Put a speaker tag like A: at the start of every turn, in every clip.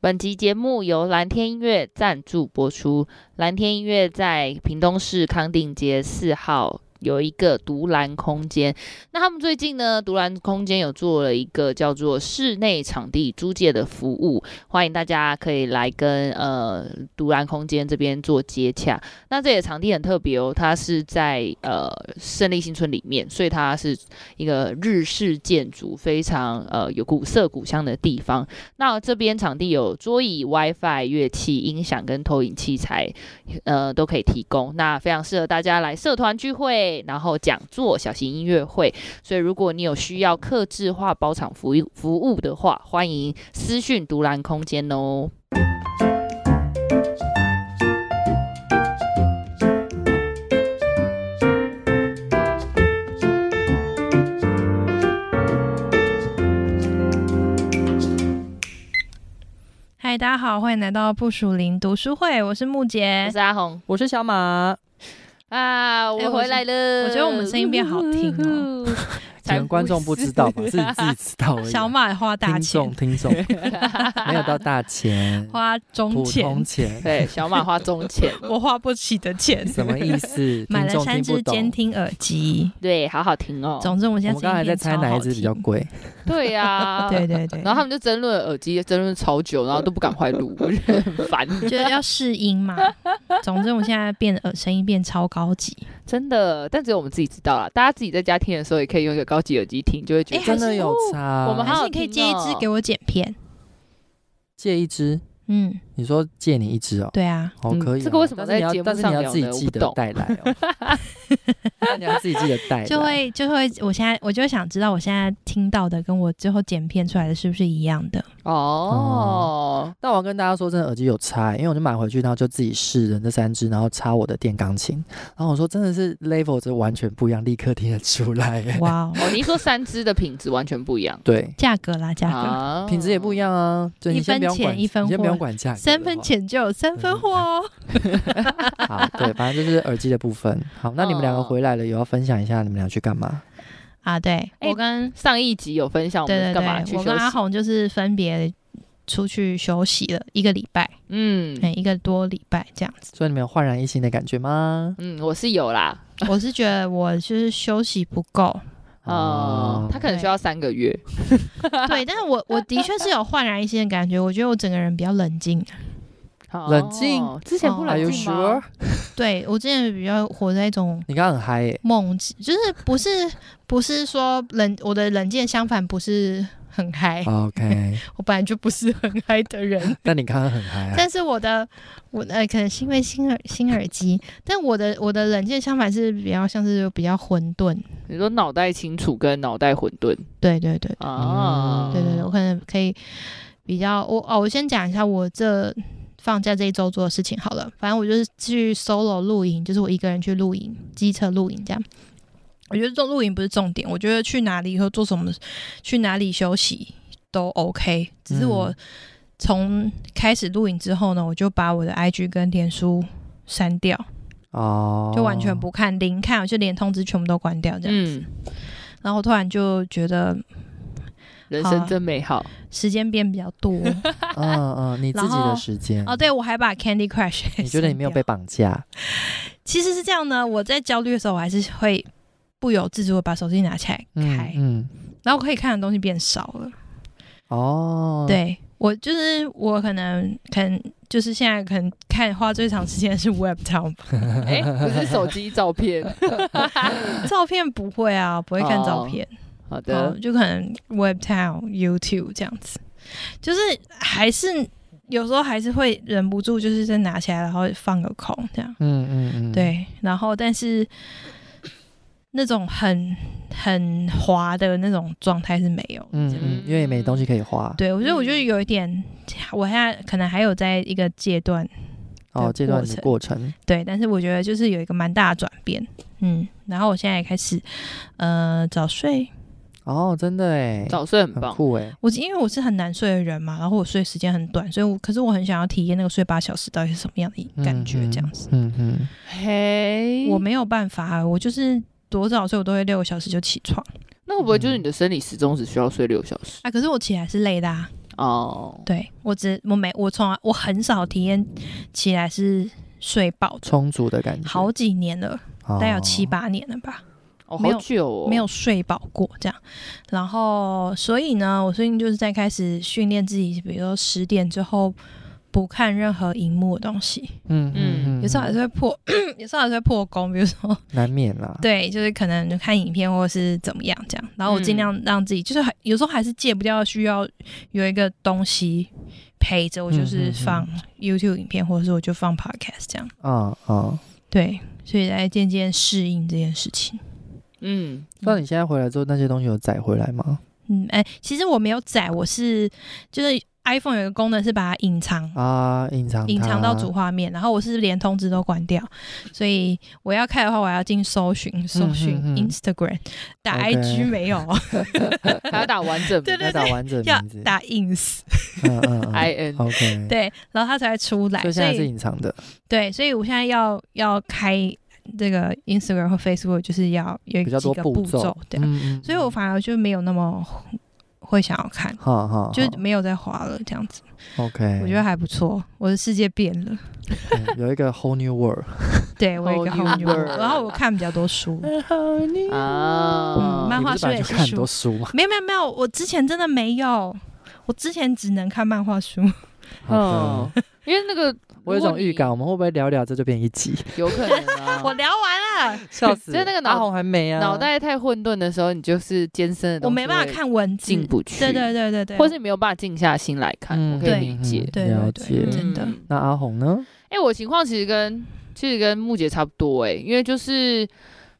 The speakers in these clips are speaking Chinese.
A: 本集节目由蓝天音乐赞助播出。蓝天音乐在屏东市康定街四号有一个独蓝空间，那他们最近呢，独蓝空间有做了一个叫做室内场地租借的服务，欢迎大家可以来跟呃独蓝空间这边做接洽。那这里的场地很特别哦，它是在呃胜利新村里面，所以它是一个日式建筑，非常呃有古色古香的地方。那这边场地有桌椅、WiFi、乐器、音响跟投影器材，呃，都可以提供。那非常适合大家来社团聚会，然后讲座、小型音乐会。所以如果你有需要客制化包场服务服务的话，欢迎私讯独蓝空间哦。
B: 嗨，大家好，欢迎来到不署林读书会，我是木
A: 我
B: 杰
A: 是。阿红
C: 我是小马，
A: 啊，
C: 哎
A: 我回来了。
B: 哎我觉得我们声音变好听 哦
A: 哦，
C: 可能观众不知道吧，自己自己知道而已。啊
B: 小马也花大
C: 听
B: 钱
C: 众，，听众 没有到大钱，
B: 花中
C: 普通
B: 钱，
C: 钱，
A: 对小马花中钱，
B: 我花不起的钱。
C: 什么意 思？
B: 买了
C: 听众
B: 三
C: 听不
B: 只监
C: 懂。
B: 听耳机。
A: 对，好好听哦。
B: 总之，我们
C: 我
B: 现在
C: 们刚才在猜哪一只比较
B: 声音
C: 贵，
A: 对呀、
B: 变超好听。对对对，
A: 然后他们就争论耳机，争论超久，然后都不赶快录，我觉得很 烦。
B: 就要试音 嘛。总之，我们现在变耳声音变超高级。
A: 真的，但只有我们自己知道啦。大家自己在家听的时候，也可以用一个高级耳机听，就会觉
B: 哎
A: 得
B: 还
C: 真
B: 是
C: 的有差。
A: 我们还
B: 还
A: 好
B: 是你可以
A: 听
B: 借一支
A: 哦
B: 给我剪片。
C: 借一只，
B: 嗯，
C: 你说借你一只哦，
B: 对啊，
C: 哦
A: 嗯
C: 可以哦。
A: 这个为什么
C: 但是你
A: 在
C: 要
A: 节目
C: 但是
A: 上
C: 你
A: 聊
C: 要自己
A: 呢我
C: 记
A: 不
C: 得
A: 懂
C: 带来哦，但你要自己记得带来，
B: 就会就会，我现在我就想知道，我现在听到的跟我最后剪片出来的是不是一样的？
A: 哦，
C: 那我要跟大家说，真的耳机有差，欸因为我就买回去，然后就自己试了这三支，然后插我的电钢琴，然后我说真的是 level 这完全不一样，立刻听得出来。哎，
B: 哇哦，
A: 哦，你一说三支的品质完全不一 样
C: 对，
B: 价格啦，价格。
A: 啊
C: 品质也不一。样啊。对，
B: 哦一
C: 你先不
B: 分
C: 用管，
B: 钱一分
C: 你先不
B: 货
C: 用管价格的话，嗯
B: 三分钱就有三分货哦。
C: 好，对，反正就是耳机的部分。好，那你们两
B: 哦
C: 个回来了，有要分享一下你们俩去干嘛？
B: 啊，对
A: 哎
B: 我跟
A: 上一集有分享我
B: 对对
A: 们干嘛去
B: 对，我
A: 休
B: 跟阿
A: 息，
B: 红就是分别出去休息了一个礼拜，
A: 嗯
B: 哎、一个多礼拜这样子。
C: 所以你们有焕然一新的感觉吗？
A: 嗯，我是有啦，
B: 我是觉得我就是休息不 够，
A: 哦，他可能需要三个月，
B: 对，但是我我的确是有焕然一新的感觉，我觉得我整个人比较冷静。啊
A: 哦
C: 冷静，
A: 之前不
B: 哦
C: ，Are
A: 冷
C: you
A: 静吗
C: sure？？
B: 对我之前比较活在一种
C: 你刚刚很嗨耶，
B: 梦境，就是不是不是说冷，我的冷静相反不是很嗨，
C: 啊 OK，
B: 我本来就不是很嗨的人。
C: 但你刚刚很嗨啊。
B: 但是我的我呃，可能是因为新耳新耳机，但我的我的冷静相反是比较像是比较混沌，
A: 你说脑袋清楚跟脑袋混沌
B: 对对对
A: 啊？
B: 嗯对
C: 嗯
B: 对对，我可能可以比较我哦，我先讲一下我这放假这一周做的事情好了，反正我就是去 solo 露营，就是我一个人去露营，机车露营这样。我觉得做露营不是重点，我觉得去哪里或做什么，去哪里休息都 OK。只是我
C: 嗯
B: 从开始露营之后呢，我就把我的 IG 跟脸书删掉，
C: 哦，
B: 就完全不看，零看，我就连通知全部都关掉这样。
A: 嗯，
B: 然后我突然就觉得
A: 人
B: 好
A: 生
B: 啊
A: 真美好，
B: 时间变比较多。
C: 嗯嗯，你自己
B: 然后
C: 的时间
B: 哦，对，我还把 Candy Crush
C: 你觉得你没有
B: 删掉
C: 被？绑架？
B: 其实是这样呢，我在焦虑的时候，我还是会不由自主的把手机拿起来开，
C: 嗯，
B: 然后我可以看的东西变少了。
C: 哦，，
B: 对我就是我可能可能就是现在可能看花最长时间是 Web Town，吧
A: 哎，不是手机照片，
B: 照片不会啊，不会看照片，
A: 好
B: 哦
A: 的，
B: 就可能 Web Town、YouTube 这样子，就是还是有时候还是会忍不住就是再拿起来，然后放个空这样。
C: 嗯嗯嗯，，
B: 对，然后但是那种很很滑的那种状态是没有。
C: 嗯嗯，因为也没东西可以花，
B: 对，我觉得我觉得
A: 嗯
B: 有一点，我现在可能还有在一个阶段，
C: 哦，
B: 的
C: 这段
B: 过
C: 的
B: 程
C: 过程，
B: 对，但是我觉得就是有一个蛮大的转变，嗯，然后我现在也开始，呃，早睡，
C: 哦，真的哎，
A: 早睡很
C: 很
A: 棒，
C: 酷哎，
B: 我因为我是很难睡的人嘛，然后我睡时间很短，所以我可是我很想要体验那个睡八小时到底是什么样的感觉，这样子，
C: 嗯嗯，
A: 嘿，
B: 我没有办法，我就是多早睡我都会六个小时就起床，
C: 嗯
A: 那会不会就是你的生理时钟只需要睡六小时？
B: 啊，可是我起来是累的、啊，
A: 哦，
B: 对我只我没我从来我很少体验起来是睡饱的，
C: 充足的感觉，
B: 好几年了，
C: 好
B: 大概有七八年了吧。
A: 哦
B: 没
A: 好
B: 有
A: 久哦，
B: 没有睡饱过这样。然后，所以呢，我最近就是在开始训练自己，比如说十点之后不看任何荧幕的东西。
C: 嗯
A: 嗯
C: 嗯，
B: 有时候还是会破， 有时候还是会破功，比如说
C: 难免啦，
B: 对，就是可能就看影片或者是怎么样这样。然后我
C: 嗯
B: 尽量让自己，就是还有时候还是戒不掉，需要有一个东西陪着我，
C: 嗯
B: 就是
C: 嗯嗯
B: 放 YouTube 影片，或者是我就放 Podcast 这样。
C: 啊啊！
B: 对，所以在渐渐适应这件事情。
A: 嗯，
C: 那你现在回来之后，那些东西有载回来吗？
B: 嗯，哎、其实我没有载，我是就是 iPhone 有一个功能是把它隐藏，
C: 啊，隐藏
B: 隐藏
C: 它
B: 到主画面，然后我是连通知都关掉，所以我要看的话，我要进搜寻，搜寻
C: 嗯嗯嗯
B: Instagram，打
C: OK
B: IG 没有，
A: 还要打完整名
B: 对对
C: 要打完整
B: 要
C: 名字，
B: 打 ins，
C: 嗯嗯
A: I N，
C: ，OK，，
B: 对，然后它才会出来，
C: 所以现
B: 所
C: 在是
B: 以
C: 隐藏的，
B: 对，所以我现在要要开这个 Instagram 或 Facebook，就是要有
C: 比较
B: 几
C: 多
B: 个
C: 步
B: 骤，对，
C: 嗯嗯，
B: 所以我反而就没有那么会想要看，
C: 好好，
B: 就
C: 好
B: 没有再滑了这样子。
C: OK，
B: 我觉得还不错，我的世界变了。
C: 嗯有一个 whole new world，
B: 对我有一个
A: Whole new
B: 好女
A: world
B: 然后我看比较多书，
A: 啊
B: 嗯，漫
C: 你
B: 画
C: 不是
B: 书
C: 本来
B: 也
C: 就是看很
B: 书
C: 多书嘛，
B: 没有没有没有，我之前真的没有，我之前只能看漫画书。，
C: 哦好的。
A: 嗯因为那个
C: 我有
A: 如
C: 一
A: 果
C: 种预
A: 你
C: 感，我们会不会聊一聊这就变一集？
A: 有可能啊
B: 我聊完了，
C: 笑死！
A: 就是那个脑
C: 阿红还没啊，
A: 脑袋太混沌的时候，你就是艰深的东
B: 我
A: 西
B: 没办法
A: 会
B: 看文字
A: 进，不去，
B: 对对对对对，
A: 或是没有办法静下心来看，
C: 嗯
A: 我可以理解。
B: 对
C: 了
B: 对
C: 解
B: 对，真的，
A: 嗯
C: 那阿红呢？
A: 哎、我情况其实跟其实跟木姐差不多哎、因为就是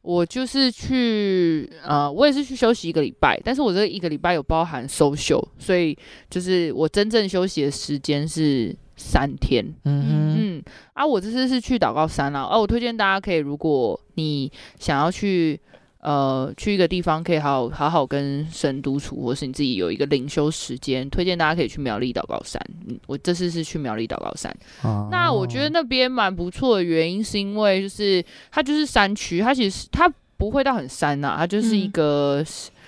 A: 我就是去呃，我也是去休息一个礼拜，但是我这一个礼拜有包含 social，所以就是我真正休息的时间是三天。
C: 嗯
A: 嗯啊，我这次是去祷告山啦、啊。我推荐大家可以，如果你想要去呃去一个地方，可以好好好好跟神独处，或是你自己有一个灵修时间，推荐大家可以去苗栗祷告山。嗯，我这次是去苗栗祷告山。
C: 哼，哦
A: 那我觉得那边蛮不错的原因，是因为就是它就是山区，它其实它不会到很山呐、它就是一
B: 嗯
A: 个、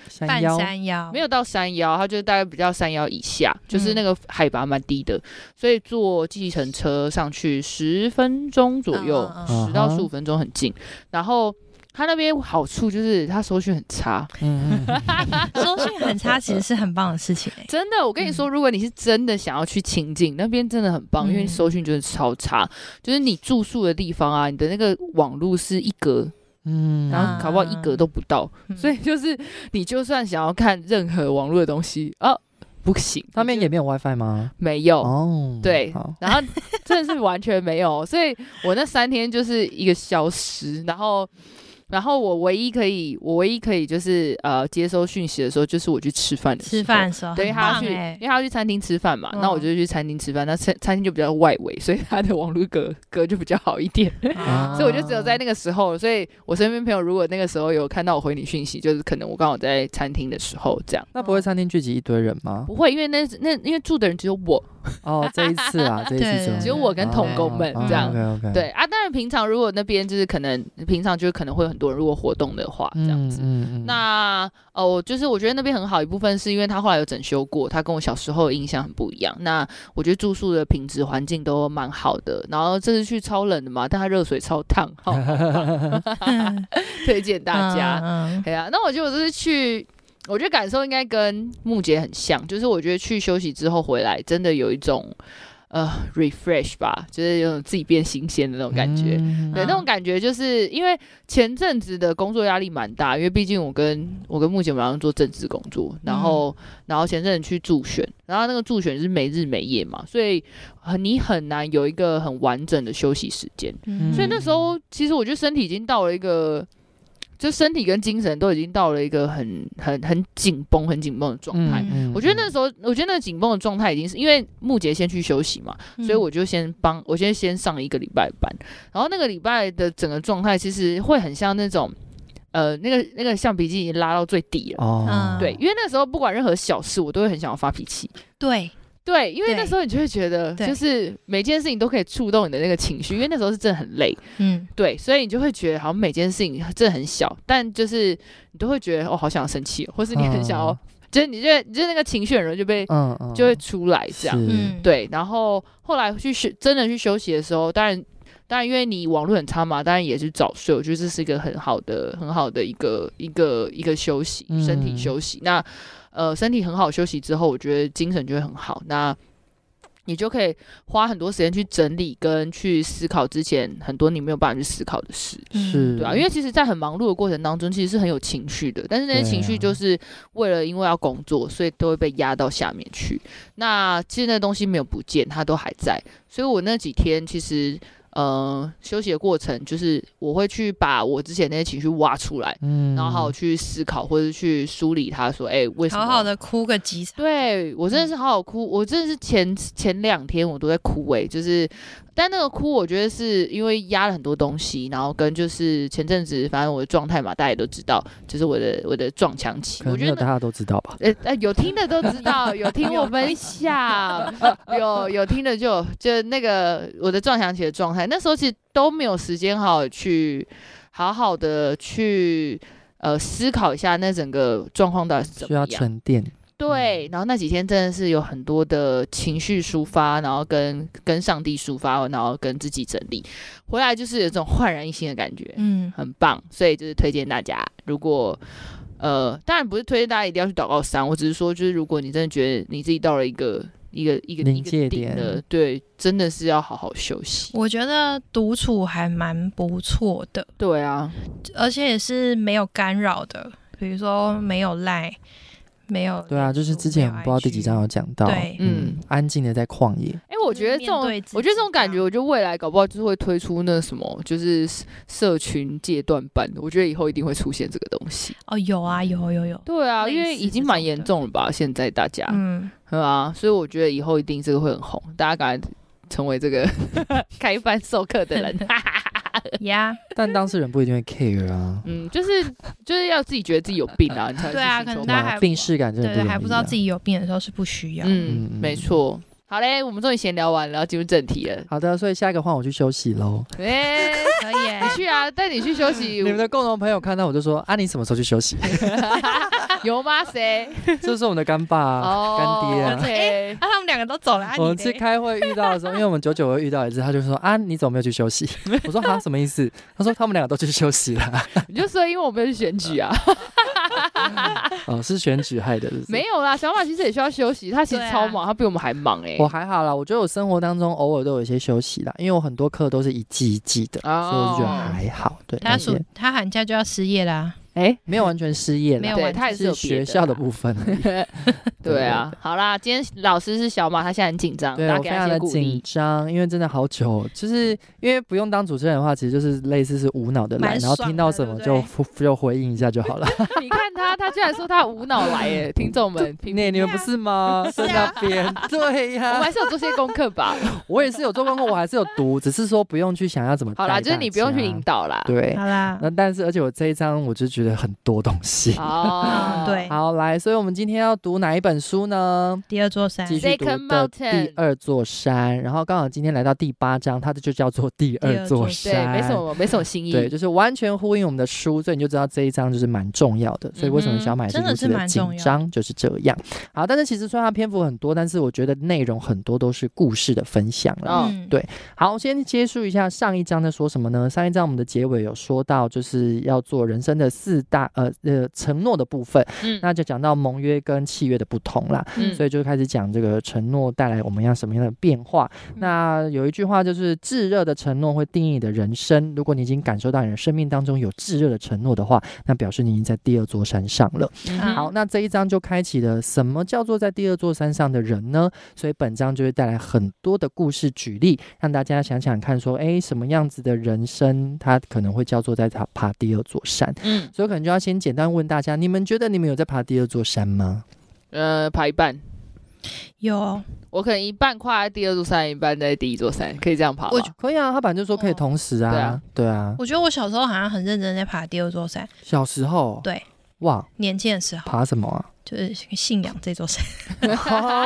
C: 山
B: 半
C: 腰
B: 山腰
A: 没有到山腰，它就是大概比较山腰以下，就是那个海拔蛮低的，所以坐计程车上去十分钟左右，
B: 嗯嗯
C: 嗯
A: 十到
C: 嗯
A: 十五分钟很近。然后它那边好处就是它搜寻很差，
C: 嗯嗯嗯
B: 收讯很差，其实是很棒的事情欸。
A: 真的，我跟你说，如果你是真的想要去清境，那边真的很棒，
B: 嗯
A: 因为搜寻就是超差，就是你住宿的地方啊，你的那个网路是一格，
C: 嗯，
A: 然后搞不好一格都不到，
B: 嗯
A: 所以就是你就算想要看任何网络的东西啊，不行，
C: 那边
A: 你
C: 也
A: 就
C: 没有 WiFi 吗？
A: 没有。
C: 哦，
A: 对
C: 好，
A: 然后真的是完全没有，所以我那三天就是一个消失。然后，然后我唯一可以，我唯一可以就是呃接收讯息的时候，就是我去吃饭的时候
B: 吃饭的时候，
A: 对，因为
B: 很
A: 他要
B: 棒
A: 去，
B: 哎
D: 欸
A: 因为他要去餐厅吃饭嘛，
B: 嗯
A: 那我就去餐厅吃饭。那餐餐厅就比较外围，所以他的网络隔隔就比较好一点。
B: 啊
A: 所以我就只有在那个时候，所以我身边朋友如果那个时候有看到我回你讯息，就是可能我刚好在餐厅的时候这样。
C: 那不会餐厅聚集一堆人吗？
A: 不会，因为那那因为住的人只有我，
C: 哦，这一次啊， 这一次
B: 对
A: 只
B: 对
A: 有我
C: 嗯
A: 跟童工们这样。
C: OK OK，
A: 对啊，当然平常如果那边就是可能平常就是可能会有很多人，如果活动的话这样子。
C: 嗯嗯，
A: 那哦，就是我觉得那边很好一部分是因为它后来有整修过，它跟我小时候的印象很不一样。那我觉得住宿的品质环境都蛮好的，然后这次去超冷的嘛，但它热水超烫， 好 推荐大家。
B: 嗯
A: 对啊，那我觉得我这次去，我觉得感受应该跟木姐很像，就是我觉得去休息之后回来，真的有一种呃 refresh 吧，就是有种自己变新鲜的那种感觉。
C: 嗯
A: 对，
B: 嗯
A: 那种感觉就是因为前阵子的工作压力蛮大，因为毕竟我跟我跟木姐马上做正职工作，然后、然后前阵子去助选，然后那个助选是没日没夜嘛，所以很你很难有一个很完整的休息时间。
B: 嗯
A: 所以那时候其实我觉得身体已经到了一个，就身体跟精神都已经到了一个很很很紧绷、很紧绷的状态。
B: 嗯
A: 我觉得那时候，我觉得那个紧绷的状态已经是因为木杰先去休息嘛，
D: 嗯
A: 所
B: 嗯
A: 以我就先帮我先先上一个礼拜班，然后那个礼拜的整个状态其实会很像那种，呃，那个那个橡皮筋已经拉到最底了。
C: 哦
B: 嗯，
A: 对，因为那时候不管任何小事，我都会很想要发脾气。
B: 对
A: 对，因为
B: 对
A: 那时候你就会觉得，
B: 对
A: 就是每件事情都可以触动你的那个情绪，因为那时候是真的很累。
B: 嗯
A: 对，所以你就会觉得好像每件事情真的很小，但就是你都会觉得哦，好想生气哦，或是你很想要
C: 嗯
A: 就是你就你就那个情绪很容易就被、
C: 嗯嗯，
A: 就会出来这样。
C: 是，
B: 嗯，，
A: 对，然后后来去休真的去休息的时候，当然当然因为你网络很差嘛，当然也是早睡，我觉得这是一个很好的很好的一个一个一个休息，身体
C: 嗯
A: 休息。那呃身体很好休息之后，我觉得精神就会很好。那你就可以花很多时间去整理跟去思考之前很多你没有办法去思考的事。
C: 是，
A: 对啊，因为其实，在很忙碌的过程当中，其实是很有情绪的，但是那些
C: 对啊
A: 情绪就是为了因为要工作，所以都会被压到下面去。那其实那东西没有不见，它都还在。所以我那几天其实，呃，休息的过程就是我会去把我之前那些情绪挖出来，
C: 嗯
A: 然后好好去思考或者去梳理它，说，哎、为什么？
D: 嗯好好的哭个几场，
A: 对我真的
C: 嗯
A: 是好好哭，我真的是前前两天我都在哭诶、就是，但那个哭我觉得是因为压了很多东西，然后跟就是前阵子反正我的状态嘛，大家也都知道，就是我的我的撞墙期，
C: 可
A: 我
C: 能没
A: 觉
C: 有
A: 得
C: 大
A: 那。
C: 家都知道吧。
A: 呃呃，有听的都知道，有听我分享，有有听的就有就那个我的撞墙期的状态，那时候其实都没有时间好好去好好的去呃思考一下那整个状况到底是怎
C: 需
A: 么
C: 要
A: 样。
C: 沉淀，啊
D: 嗯
A: 对，然后那几天真的是有很多的情绪抒发，然后跟跟上帝抒发，然后跟自己整理，回来就是有一种焕然一新的感觉，
B: 嗯，
A: 很棒。所以就是推荐大家，如果呃，当然不是推荐大家一定要去祷告山，我只是说，就是如果你真的觉得你自己到了一个一个一个
C: 临
A: 一个
C: 界
A: 顶
C: 点
A: 了，对，真的是要好好休息。
D: 我觉得独处还蛮不错的，
A: 对啊，
D: 而且也是没有干扰的，比如说没有赖，没有
C: 对啊，就是之前我们不知道第几章有讲到，
D: 对
A: 嗯
C: 嗯，安静的在旷野，
A: 哎、我觉得这种，
D: 就是面对自己啊
A: 我觉得这种感觉，
D: 吧
A: 我觉得未来搞不好就是会推出那什么，就是社群戒断版的。我觉得以后一定会出现这个东西。
D: 哦，有啊，有有有，
A: 对啊，
D: 类似
A: 因为已经蛮严重了吧？现在大家，
D: 嗯，
A: 对啊，所以我觉得以后一定这个会很红，大家赶快成为这个 开班授课的人。
D: 呀，
C: 但当事人不一定会 care 啊。
A: 嗯，就是就是要自己觉得自己有病啊，你才会
D: 对啊
A: 去寻求
D: 可能大家
A: 帮
D: 还
C: 嘛病视感真的
D: 对，
C: 不啊
D: 还不知道自
C: 己。
D: 己有病的时候是不需要，
A: 嗯
C: 嗯，嗯
A: 没错。好嘞，我们终于闲聊完了，要进入正题 了。
C: 好的，所以下一个换我去休息喽。
A: 哎、
D: 可以欸耶
A: 你去 啊，带你去休息。
C: 你们的共同朋友看到我就说：“啊，你什么时候去休息
A: 有吗？谁？？”
C: 这是我们的干爸啊、干爹
A: 哦
C: 啊。
A: ，OK
D: 啊，他们两个都走了，啊
C: 我
D: 你
C: 们去
D: 嘞
C: 开会遇到的时候，因为我们久久会遇到一次，他就说：“啊，你怎么没有去休息？” 我说：“哈，什么意思？”他说：“他们两个都去休息了。
A: 哎你就说因为我们去选举啊，”
C: 哦，是选举害的，是不 是
A: 没。有啦，小马其实也需要休息，他其实
D: 对啊
A: 超忙，他比我们还忙哎、
C: 我还好啦，我觉得我生活当中偶尔都有一些休息啦，因为我很多课都是一季一季的，
A: 哦
C: 所以我就觉得还好。对，
D: 他
C: 但
D: 暑
C: 是
D: 他寒假就要失业啦，
A: 哎、
C: 没有完全失业
D: 没
C: 啦
D: 有，
A: 对
D: 完
A: 他也是
C: 是
A: 有别
C: 学校的
A: 啦
C: 部分而已。
A: 对啊，好啦，今天老师是小马，他现在很紧张，
C: 对
A: 大家
C: 我
A: 给
C: 非
A: 他
C: 常
A: 一些
C: 的
A: 鼓
C: 紧
A: 励。
C: 张，因为真的好久，就是因为不用当主持人的话，其实就是类似是无脑的来，
D: 蛮
C: 然后
D: 爽
C: 听到
D: 的对
C: 什么
D: 不
C: 就
D: 对
C: 复就回应一下就好了。
A: 你看他，他居然说他无脑来 哎，听众们，听
C: 那你们不 是吗？在那边，对
A: 啊我们
C: 呀
A: 还，是有做些功课吧。
C: 我也是有做功课，我还是有读，只是说不用去想要怎么。
A: 好啦，就是你不用去啊引。导啦。
C: 对，呃
D: 好啦，
C: 那但是而且我这一章我就觉得很多东西。
A: 哦，
D: 嗯对
C: 好，来，所以我们今天要读哪一本书呢？
D: 第二座山
C: 继续读
A: 嗯 Second
C: 的
A: Mountain
C: 第二座山，然后刚好今天来到第八章，它的就叫做第
D: 第
C: 二
D: 二
C: 座
D: 座
C: 山。
A: 对，没什么，没什么新意。
C: 对，就是完全呼应我们的书，所以你就知道这一章就是蛮重要的。所以为什么小马也是
D: 嗯哼
C: 如此
D: 真的是蛮重
C: 紧
D: 要
C: 张，就是这样。好，但是其实虽然它篇幅很多，但是我觉得内容很多都是故事的分享了。
A: 哦
D: 嗯
C: 对好，先结束一下上一章在说什么呢？上一章我们的结尾有说到，就是要做人生的四大呃呃承诺的部分，
A: 嗯
C: 那就讲到盟约跟契约的不同啦。
A: 嗯
C: 所以就开始讲这个承诺带来我们要什么样的变化。
A: 嗯
C: 那有一句话就是“炙热的承诺会定义你的人生”。如果你已经感受到你的生命当中有炙热的承诺的话，那表示你已经在第二座山上了。
A: 嗯
C: 好，那这一章就开启了什么叫做在第二座山上的人呢？所以本章就会带来很多的故事举例，让大家想想看，说，诶，什么样子的人生，他可能会叫做在爬爬第二座山。
A: 嗯
C: 所以可能就要先简单问大家，你们觉得你们有在爬第二座山吗？
A: 呃，爬一半，
D: 有
A: 我可能一半跨在第二座山，一半在第一座山，可以这样爬吧。
C: 我觉可以啊，他本来就说可以
D: 哦
C: 同时啊，
A: 对啊？
C: 对啊，
D: 我觉得我小时候好像很认真在爬第二座山，
C: 小时候
D: 对，
C: 哇，
D: 年轻的时候
C: 爬什么啊哦
D: 就是信仰这座山，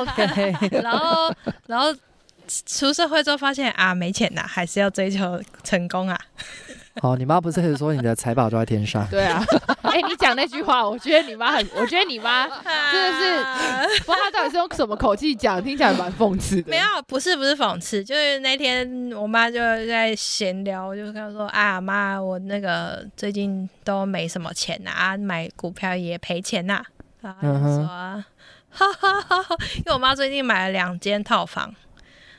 C: ？OK，
D: 然后然后出社会之后发现啊没钱呐、还是要追求成功啊，
C: 好，你妈不是说你的财宝都在天上
A: 对啊，哎、你讲那句话，我觉得你妈很，我觉得你妈真的是不知道她到底是用什么口气讲，听起来蛮讽刺的。
B: 没有，不是不是讽刺，就是那天我妈就在闲聊，我就跟她说啊，妈，我那个最近都没什么钱啊，买股票也赔钱呐、然后她就说，哈哈哈哈，因为我妈最近买了两间套房，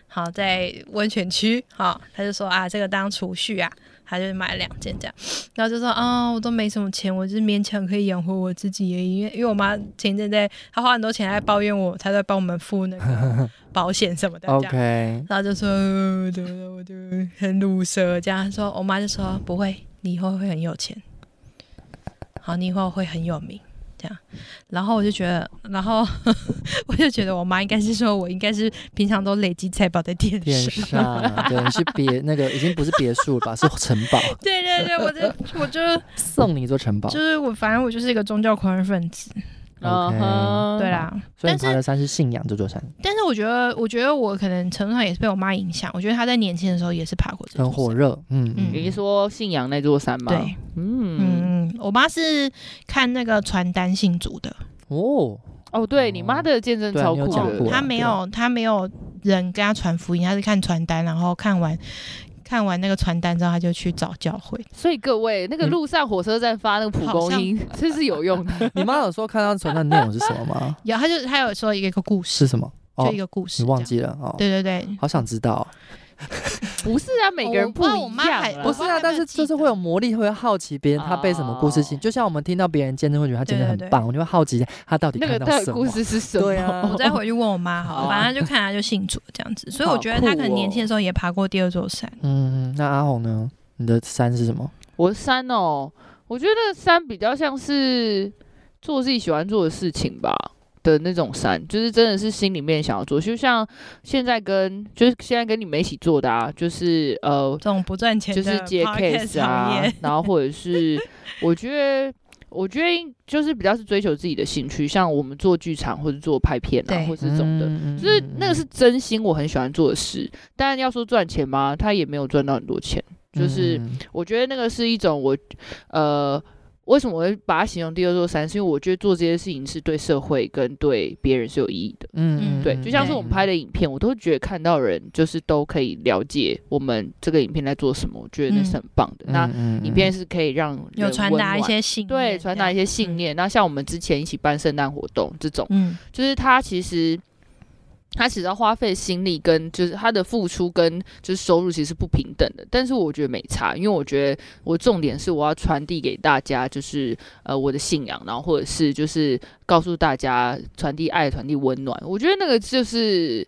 B: 好在温泉区，好，她就说啊，这个当储蓄啊。她就买了两间这样，然后就说啊、我都没什么钱，我就是勉强可以养活我自己而已。因为因为我妈前一阵在，她花很多钱来抱怨我，她在帮我们付那个保险什么的这样。
C: OK，
B: 然后就说呃怎么了，我就很乳舌这样。她说我妈就说不会，你以后会很有钱，好，你以后会很有名这样。然后我就觉得，然后我就觉得我妈应该是说我应该是平常都累积财宝在电
C: 天
B: 视。
C: 上，啊对，你是别那个已经不是别墅了吧，是城堡，
B: 对对对，我就我就
C: 送你一座城堡。
B: 就是我，反正我就是一个宗教狂热分子，
C: OK，
A: 嗯哼
B: 对啦。
C: 所以
B: 但
C: 你
B: 是
C: 爬的山是信仰这座山，
B: 但是我觉得，我觉得我可能程度上也是被我妈影响。我觉得她在年轻的时候也是爬过这座
C: 很火
B: 山。
C: 热。嗯
B: 嗯
A: 你是说信仰那座山吗？
B: 对，
A: 嗯，
B: 嗯，我妈是看那个传单信主的，
C: 哦，
A: 哦，对你妈的见证
C: 对啊
A: 超
C: 你有
A: 酷
C: 讲过
A: 的，
C: 啊
B: 她没有，她没有人跟她传福音，她是看传单，然后看完看完那个传单之后，她就去找教会。
A: 所以各位，那个
C: 嗯
A: 路上火车站发那个蒲公英，这是有用的。
C: 你妈有说看到传单内容是什么 吗？
E: 有，他就他有说一个一个故事，
C: 是什么？哦
E: 就一，个故事，
C: 你忘？记了哦。
E: 对对对，
C: 好想知道，
A: 不是啊，每个人不一
E: 我
A: 样
E: 妈还
A: 啊。
E: 我
C: 不
E: 不
C: 是
E: 是
C: 啊，
E: 啊
C: 但
E: 但
C: 是
E: 是
C: 就
E: 就是是
C: 会
E: 会
C: 有
E: 有
C: 魔力，会好奇别人他被什么故事吸引，
A: 哦
C: 就像我们听到别人见证，会觉得他见证很棒，我就会好奇他到底
A: 那
C: 看
A: 个
C: 到
A: 到
C: 什
A: 底
C: 么。
A: 故事是什么？
C: 对啊
B: 我再回去问我妈好
A: 哦好
B: 了，
A: 啊
B: 反正她就看她就信主这样子，所以我觉得
A: 好酷
B: 她可能年
A: 哦
B: 轻的时候也爬过第二座山。
C: 嗯，那阿红呢？你的山是什么？
A: 我的山哦，我觉得山比较像是做自己喜欢做的事情吧的那种山，就是真的是心里面想要做，就像现在跟就是现在跟你们一起做的啊，就是呃
B: 这种不赚钱
A: 就
B: 的
A: 是接
B: podcast
A: case
B: 行
A: 啊
B: 业，，
A: 然后或者是我觉得。我觉得就是比较是追求自己的兴趣，像我们做剧场或者做拍片啊，
B: 对
A: 或是这种的，
C: 嗯
A: 就是那个是真心我很喜欢做的事。但要说赚钱嘛，他也没有赚到很多钱，就是
C: 嗯
A: 我觉得那个是一种我，呃，为什么我会把它形容第二座山？是因为我觉得做这些事情是对社会跟对别人是有意义的。
C: 嗯
A: 对，就像是我们拍的影片，我都觉得看到人就是都可以了解我们这个影片在做什么，我觉得那是很棒的。
C: 嗯
A: 那影片是啊可以让人
B: 嗯有传达
A: 温
B: 一
A: 暖
B: 些信念，嗯
A: 对传达一
B: 些，
A: 些信念。那像我们之前一起办圣诞活动这种。
B: 嗯，
A: 就是他其实他只要花费心力跟就是他的付出跟就是收入其实不平等的，但是我觉得没差，因为我觉得我重点是我要传递给大家就是呃我的信仰，然后或者是就是告诉大家传递爱、传递温暖，我觉得那个就是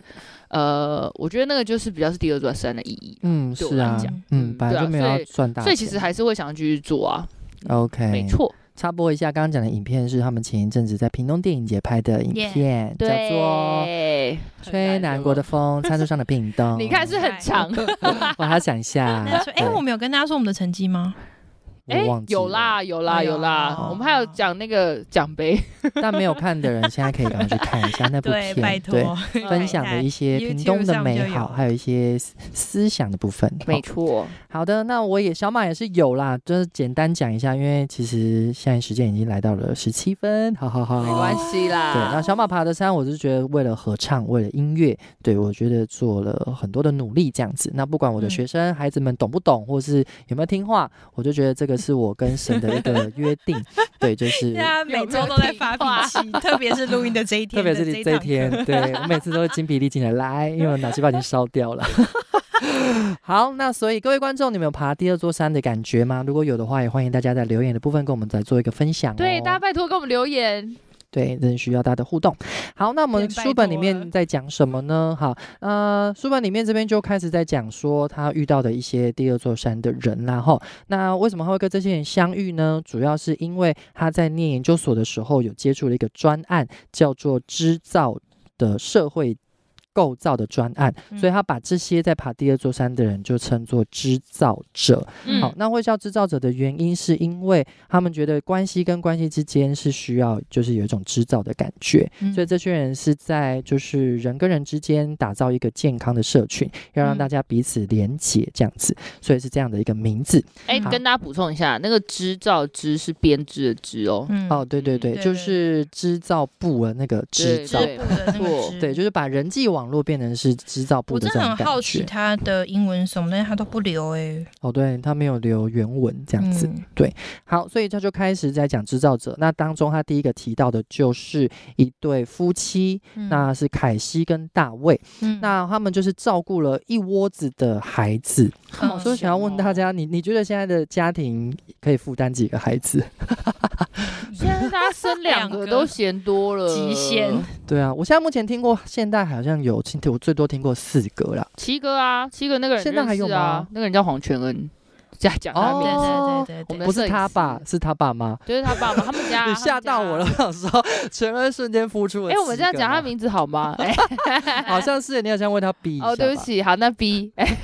A: 呃，我觉得那个就是比较是第二座山的意义。
C: 嗯
A: 对
C: 是
A: 我来
C: 啊
B: 讲，
C: 嗯
A: 嗯
C: 本来
A: 对啊
C: 就没有要
A: 所以
C: 赚大钱，哎
A: 所以其实还是会想要继续做啊，
C: OK
A: 没。错，
C: 插播一下，刚刚讲的影片是他们前一阵子在屏东电影节拍的影片，叫做哦《
A: 对，
C: 吹南国的风，餐桌上的屏东》。
A: 你看是很长，
C: 我还要讲一下
B: 那说，，哎，
C: 对
B: 我们有跟大家说我们的成绩吗？
A: 哎
C: 我忘，记
A: 有
C: 了，
A: 啦有啦
B: 哎
A: 有啦，
B: 呦
A: 我们还有讲那个奖杯，
C: 但没有看的人现在可以赶快去看一下那部
B: 对，拜
C: 片，对，
B: 托，哎
C: 分享的一些屏东的
B: YouTube
C: 美
B: 上就有
C: 好，还有一些思思想的部分。
A: 没
C: 好
A: 错，
C: 好的，那我也小马也是有啦，就是简单讲一下，因为其实现在时间已经来到了十七分，好好好，
A: 没关。系啦。
C: 对，那小马爬的山，我是觉得为了合唱，为了音乐，对我觉得做了很多的努力，这样子。那不管我的
B: 嗯
C: 学生、孩子们懂不懂，或是有没有听话，我就觉得这个是我跟神的一个约 定。对，就 是
B: 大家每周都在发脾气，特别是录音的这一天，
C: 特别是你这一天， 对我每次都会精疲力尽的来，因为我脑细胞已经烧掉了。 好，那所以各位观众，你们有爬第二座山的感觉吗？如果有的话，也欢迎大家在留言的部分跟我们再做一个分享、哦。
A: 对，大家拜托给我们留言。
C: 对，真的需要大家的互动。好，那我们
B: 变拜
C: 书本里
B: 托
C: 面
B: 了
C: 在讲什么呢？好，呃，书本里面这边就开始在讲说他遇到的一些第二座山的人啦，哈。那为什么他会跟这些人相遇呢？主要是因为他在念研究所的时候有接触了一个专案，叫做织造的社会。构造的专案，
B: 嗯
C: 所以他把这些在爬第二座山的人就称作织造者。
A: 嗯
C: 好，那会叫制造者的原因，是因为他们觉得关系跟关系之间是需要，就是有一种织造的感觉，
B: 嗯
C: 所以这群人是在就是人跟人之间打造一个健康的社群，要让
B: 嗯
C: 大家彼此连结这样子，所以是这样的一个名字。
A: 哎、
B: 好
A: 跟大家补充一下，那个织造织是编织的织哦。
B: 嗯
C: 哦，对对对，
D: 对
C: 就
D: 对
C: 是织造部的那个织
A: 对
C: 造。
A: 对
B: 织布的那
A: 错
B: 个织
C: 对，就是把人际网络变成是织造
B: 嗯
C: 部
B: 我
C: 的
B: 真
C: 这
B: 的
C: 种
B: 很好
C: 感
B: 奇
C: 觉。
B: 他的英文什么东西他都不留哎、欸，嗯
C: 哦，对，他没有留原文这
B: 这
C: 样子。好，所以他就开始在讲制造者。那当中他第一个提到的就是一对夫妻，
B: 嗯
C: 那是凯西跟大卫。
B: 嗯
C: 那他们就是照顾了一窝子的孩子。
B: 嗯
A: 好哦
C: 所以想要问大家，你你觉得现在的家庭可以负担几个孩子？
A: 现在大家生两个
D: 两个
A: 都嫌多
C: 呃
A: 了，
D: 极限
C: 对啊，我现在目前听过，现代好像有，我最多听过四个啦。
A: 七个啊，七个那个人
C: 现在还有
A: 认识啊
C: 吗，
A: 那个人叫黄全恩，讲讲他的名字，
C: 哦
D: 对对对
A: 我
D: 对对，
A: 们
C: 不是他
A: 摄
C: 爸
A: 影，师
C: 是他爸妈。
A: 就是他爸爸，他们家，
C: 你吓到我了，我。想说陈恩瞬间孵出了。
A: 哎、我们这样讲他，名字好 吗？哎、
C: 好像是你好像为他逼一下吧。
A: 哦，对不起，好，那 B，哎、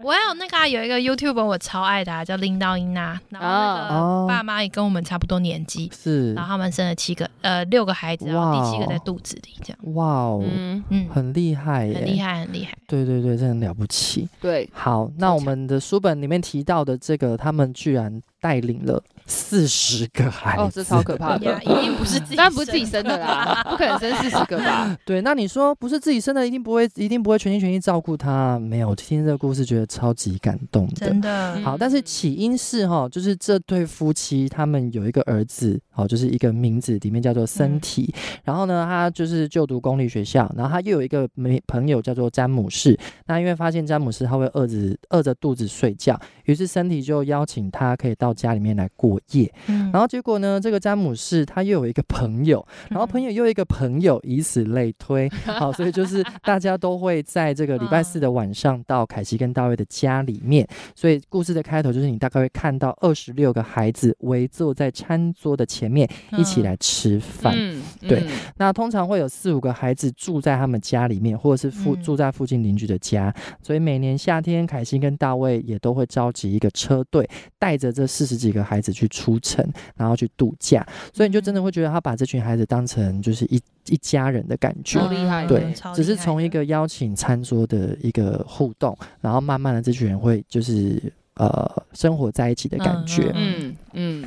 D: 我还有那个啊、有一个 YouTube 我超爱的、啊，叫林道英娜，然后那
C: 哦
D: 个爸妈也跟我们差不多年纪，
C: 是
A: 啊
D: 然后他们生了七个，呃，六个孩子，然
C: 哇
D: 后
C: 哦
D: 第七个在肚子里，这样，
C: 哇哦，
A: 嗯，
D: 嗯，
C: 很厉害耶，
D: 很厉害，很厉害。
C: 对对对，真的很了不起。
A: 对，
C: 好，那我们的书本里面提到的这个，他们居然带领了四十个孩子，
A: 哦，这超可怕
D: 哎
A: 的
D: 呀，。一定不是自己，
A: 当然不是自己，生的啦，不可能生四十个吧？
C: 对，那你说不是自己生的，一定不会，一定不会全心全意照顾他。没有，听这个故事觉得超级感动的。
D: 真的
A: 嗯，
C: 好，但是起因是哈，就是这对夫妻他们有一个儿子，好，就是一个名字里面叫做森体，然后呢，他就是就读公立学校，然后他又有一个没朋友叫做詹姆士，那因为发现詹姆士他会饿着饿着肚子睡觉，于是森体就邀请他可以到家里面来过夜，
B: 嗯
C: 然后结果呢，这个詹姆士他又有一个朋友，
D: 嗯
C: 然后
B: 嗯
C: 朋友又有一个朋友，以此类推，好，所以就是大家都会在这个礼拜四的晚上到凯西跟大卫的家里面，所以故事的开头就是你大概会看到二十六个孩子围坐在餐桌的前面一
B: 嗯
C: 起来吃饭。
A: 嗯，
C: 对
A: 嗯，
C: 那通常会有四五个孩子住在他们家里面，或者是附
B: 嗯
C: 住在附近邻居的家，所以每年夏天，凯西跟大卫也都会召集一个车队，带着这四十几个孩子去出城，然后去度假。所以你就
D: 嗯
C: 真的会觉得他把这群孩子当成就是一一家人的感觉。
A: 好厉害的
C: 对
D: 嗯超，厉
C: 只是
D: 害
C: 从一
D: 的
C: 个邀请餐桌的一个互动，然后慢慢的这群人会就是呃生活在一起的感觉。
D: 嗯
A: 嗯嗯，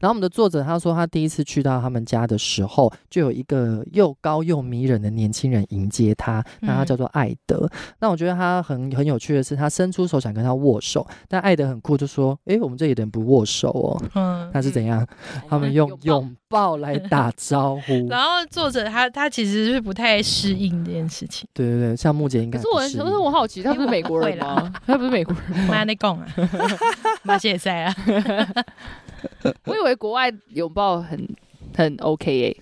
C: 然后我们的作者他说，他第一次去到他们家的时候，就有一个又高又迷人的年轻人迎接他，那
A: 嗯
C: 他叫做艾德。那我觉得他很很有趣的是，他伸出手想跟他握手，但艾德很酷，就说：“诶，我们这里的人不握手哦。”
D: 嗯。
C: 那是怎样？
A: 哎
C: 他 们用拥抱来打招呼。
D: 然后作者他他其实是不太适应这件事情，
C: 对对对，像木姐应该
A: 可是我
C: 不
A: 很，
C: 是
A: 可是我好奇，他不是美国人 吗？他不是美国人，
D: 妈在 讲啊，妈写塞啊，
A: 我以为国外拥抱很很 OK 耶，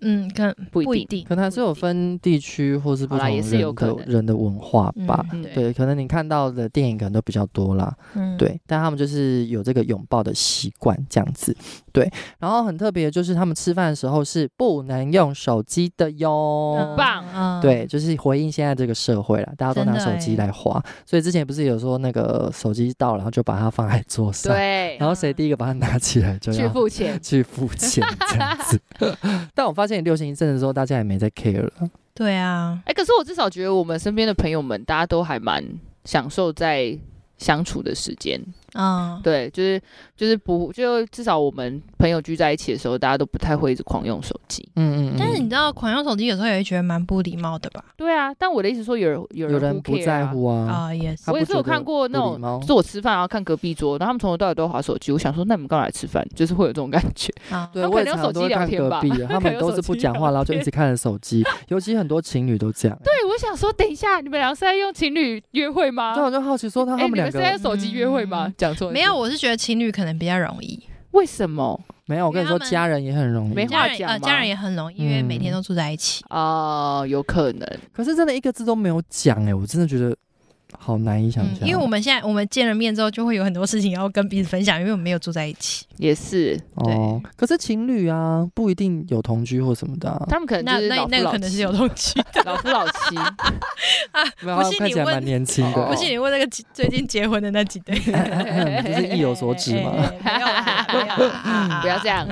D: 嗯，可能
A: 不
D: 不
A: 一
D: 一
A: 定。
D: 定，
C: 可能还是有分地区或是不
A: 好
C: 同
A: 啦也是有
C: 人
A: 可
C: 的
A: 能
C: 人的文化
D: 嗯
C: 吧。
A: 嗯
C: 对，可能你看到的电影可能都比较多啦。
D: 嗯，
C: 对，但他们就是有这个拥抱的习惯，这样子。对，然后很特别的就是他们吃饭的时候是不能用手机的哟。
D: 嗯
A: 棒
D: 嗯
C: 对，就是回应现在这个社会啦，大家都拿
D: 真的
C: 手机
D: 欸
C: 来划，所以之前不是有说那个手机到了，然后就把它放在桌上，
A: 对
C: 然，后谁第一个把它拿起来
D: 啊
C: 就
A: 去
C: 要
A: 付钱，
C: 去付钱这样子。但我发现流行一阵子之后，大家也没在 care 了。
D: 对啊，
A: 哎、可是我至少觉得我们身边的朋友们，大家都还蛮享受在相处的时间。
D: 嗯，
A: 对，就是就是不就至少我们朋友聚在一起的时候，大家都不太会一直狂用手机。
C: 嗯嗯嗯。
D: 但是你知道狂用手机有时候也会觉得蛮不礼貌的吧？
A: 对啊，但我的意思说有人有人
C: 有人
A: who
C: 不
A: care
C: 在
A: 啊。
C: 乎啊，
D: 啊，也是
C: 他，
A: 我也
C: 不
A: 是有
C: 觉得
A: 看过那
C: 不礼
A: 种
C: 貌
A: 就是我吃饭然后看隔壁桌，然后他们从头到尾都划手机，我想说那你们刚来吃饭，就是会有这种感觉。
D: 啊，
C: 对，
A: 他们
C: 我也
A: 可能用
C: 常
A: 手
C: 都
A: 机
C: 会
A: 聊
C: 看
A: 天
C: 隔
A: 吧
C: 壁的，
A: 可
C: 他
A: 能
C: 们
A: 用
C: 都
A: 手
C: 是不
A: 机
C: 讲
A: 聊
C: 话，然后就一
A: 天
C: 直看着 手机，尤其很多情侣都这样。
A: 对，哎我想说等一下，你们俩是在用情侣约会吗？
C: 对，我就好奇哦说他
A: 哎、
C: 他们
A: 你
C: 两
A: 们是在
C: 个
A: 用手机约会吗
D: 嗯？
A: 讲错了
D: 没有，我是觉得情侣可能比较容易，
A: 为什么？
C: 没有，我跟你
D: 因为
C: 说，
D: 他们
C: 家人也很容
A: 没
C: 易。
A: 话
D: 家人
A: 讲
D: 呃，
A: 吗
D: 家人也很容易，因为
C: 嗯
D: 每天都住在一起，
A: 哦、有可能。
C: 欸可是真的一个字都没有讲哎，我真的觉得好难
A: 嗯
C: 以想象、
D: 嗯因为我
C: 们
D: 们现在我们见了面之后，就会有很多事情要跟彼此分享，因为我们没有住在一 起。
A: 也是，
C: 哦，可是情侣啊，不一定有同居或什么的、啊。
A: 他们可能
D: 那
A: 就是
D: 那
A: 老夫
D: 那个
A: 老
D: 可能是
A: 妻
D: 有，动机，
A: 老夫老妻，
C: 没有，
D: 不
C: 他们
D: 信
C: 看
D: 你
C: 起来蛮
D: 问
C: 年轻
A: 哦
C: 的
D: 不，信你问那个结最近结婚的那 几对，
C: 就是 意有所指 嘛。
D: 哎哎没有啊没有啊
A: 不要这样，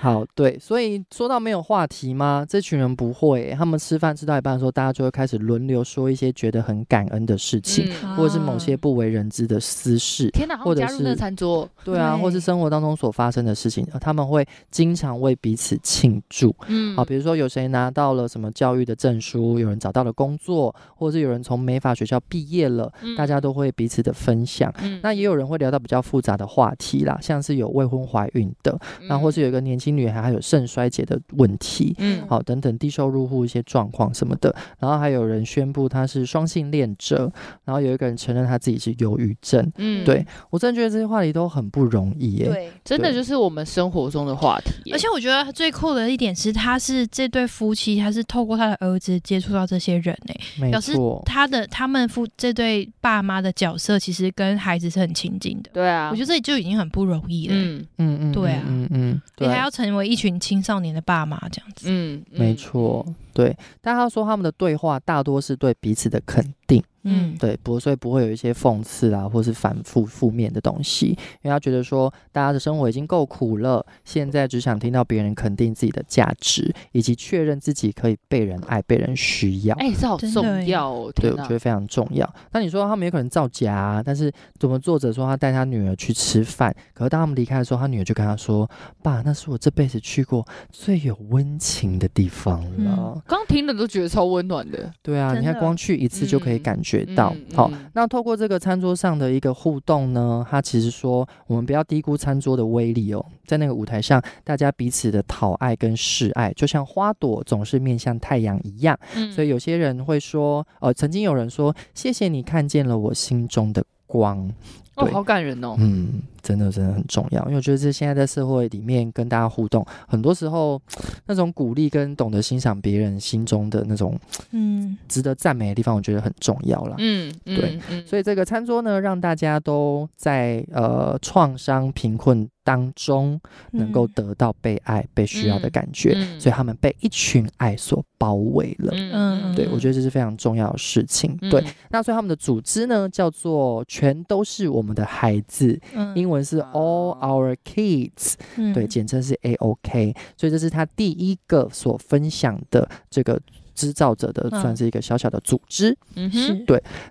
C: 好，对，所以说到没有话题吗？这群人不会欸耶、他们吃饭吃到一半的时候，大家就会开始轮流说一些觉得很感恩的事情，
A: 嗯
C: 或者是某些不为人知的私事。
A: 天哪，他
C: 或
A: 们
C: 者
A: 加入那个
C: 是
A: 餐桌，
C: 对啊，或是
D: 对
C: 生活当中所发生的事情，呃他们会经常为彼此庆祝。
A: 嗯
C: 好，比如说有谁拿到了什么教育的证书，有人找到了工作，或者是有人从美法学校毕业了，大家都会彼此的分享。
A: 嗯
C: 那也有人会聊到比较复杂的话题啦，像是有未婚怀孕的，那或是有一个年轻女孩还有肾衰竭的问题，
A: 嗯
C: 好等等低收入户一些状况什么的。然后还有人宣布他是双性恋者，然后有一个人承认他自己是忧郁症。
A: 嗯
C: 对我真的觉得这些话题都很不容易耶、
D: 对。
A: 真的
C: 对
A: 就是我们生活中的话题耶，
B: 而且我觉得最酷的一点是，他是这对夫妻，他是透过他的儿子接触到这些人
D: 欸
B: 诶、
C: 没
B: 表示
C: 错。
B: 他的他们夫这对爸妈的角色其实跟孩子是很亲近的，
A: 对啊，
B: 我觉
A: 得
B: 得这就已经很不容易了、
A: 嗯
C: 嗯嗯，
B: 对啊
C: 嗯嗯嗯，
B: 你
C: 对
B: 还，要成为一群青少年的爸妈这样子，
A: 嗯，
C: 没
A: 嗯
C: 错，对。但他说他们的对话大多是对彼此的肯定，
A: 嗯
B: 嗯，
C: 对，不，所以不会有一些讽刺啊，或是反复负面的东西，因为他觉得说大家的生活已经够苦了，现在只想听到别人肯定自己的价值，以及确认自己可以被人爱、被人需要。
A: 哎，这好
B: 真的
A: 重
B: 耶
A: 要哦，
C: 对，
A: 天
C: 我
A: 哪
C: 觉得非常重要。那你说他们有可能造假、啊，但是怎么作者说他带他女儿去吃饭，可是当他们离开的时候，他女儿就跟他说：“爸，那是我这辈子去过最有温情的地方了。
B: 嗯
A: 刚听了都觉得超温暖的，
C: 对啊，
B: 真
C: 你看
B: 的
C: 光去一次就可以
A: 嗯
C: 感觉到。
A: 嗯
C: 好、
A: 嗯
C: 那透过这个餐桌上的一个互动呢，他其实说我们不要低估餐桌的威力哦，在那个舞台上，大家彼此的讨爱跟示爱，就像花朵总是面向太阳一样。
A: 嗯
C: 所以有些人会说，呃，曾经有人说，谢谢你看见了我心中的光。
A: 哦，
C: 对
A: 好感人哦，
C: 嗯，真的真的很重要，因为我觉得这现在在社会里面跟大家互动，很多时候那种鼓励跟懂得欣赏别人心中的那种
B: 嗯，
C: 值得赞美的地方，我觉得很重要啦。
A: 嗯，
C: 对
A: 嗯，嗯
C: 所以这个餐桌呢，让大家都在呃创伤、贫困当中，能够得到被爱、被需要的
A: 嗯
C: 感觉，
A: 嗯
C: 所以他们被一群爱所包围了。
A: 嗯
C: 对，我觉
A: 得
C: 得这是非常重要的事情。对，，那所以他们的组织呢，叫做“全都是我们的孩子”，
B: 嗯
C: 英文是 All Our Kids，、
B: 嗯
C: 对，简称是 AOK。所以这是他第一个所分享的这个制造者的，
B: 嗯
C: 算是一个小小的组织。
A: 嗯
B: 是
A: 哼，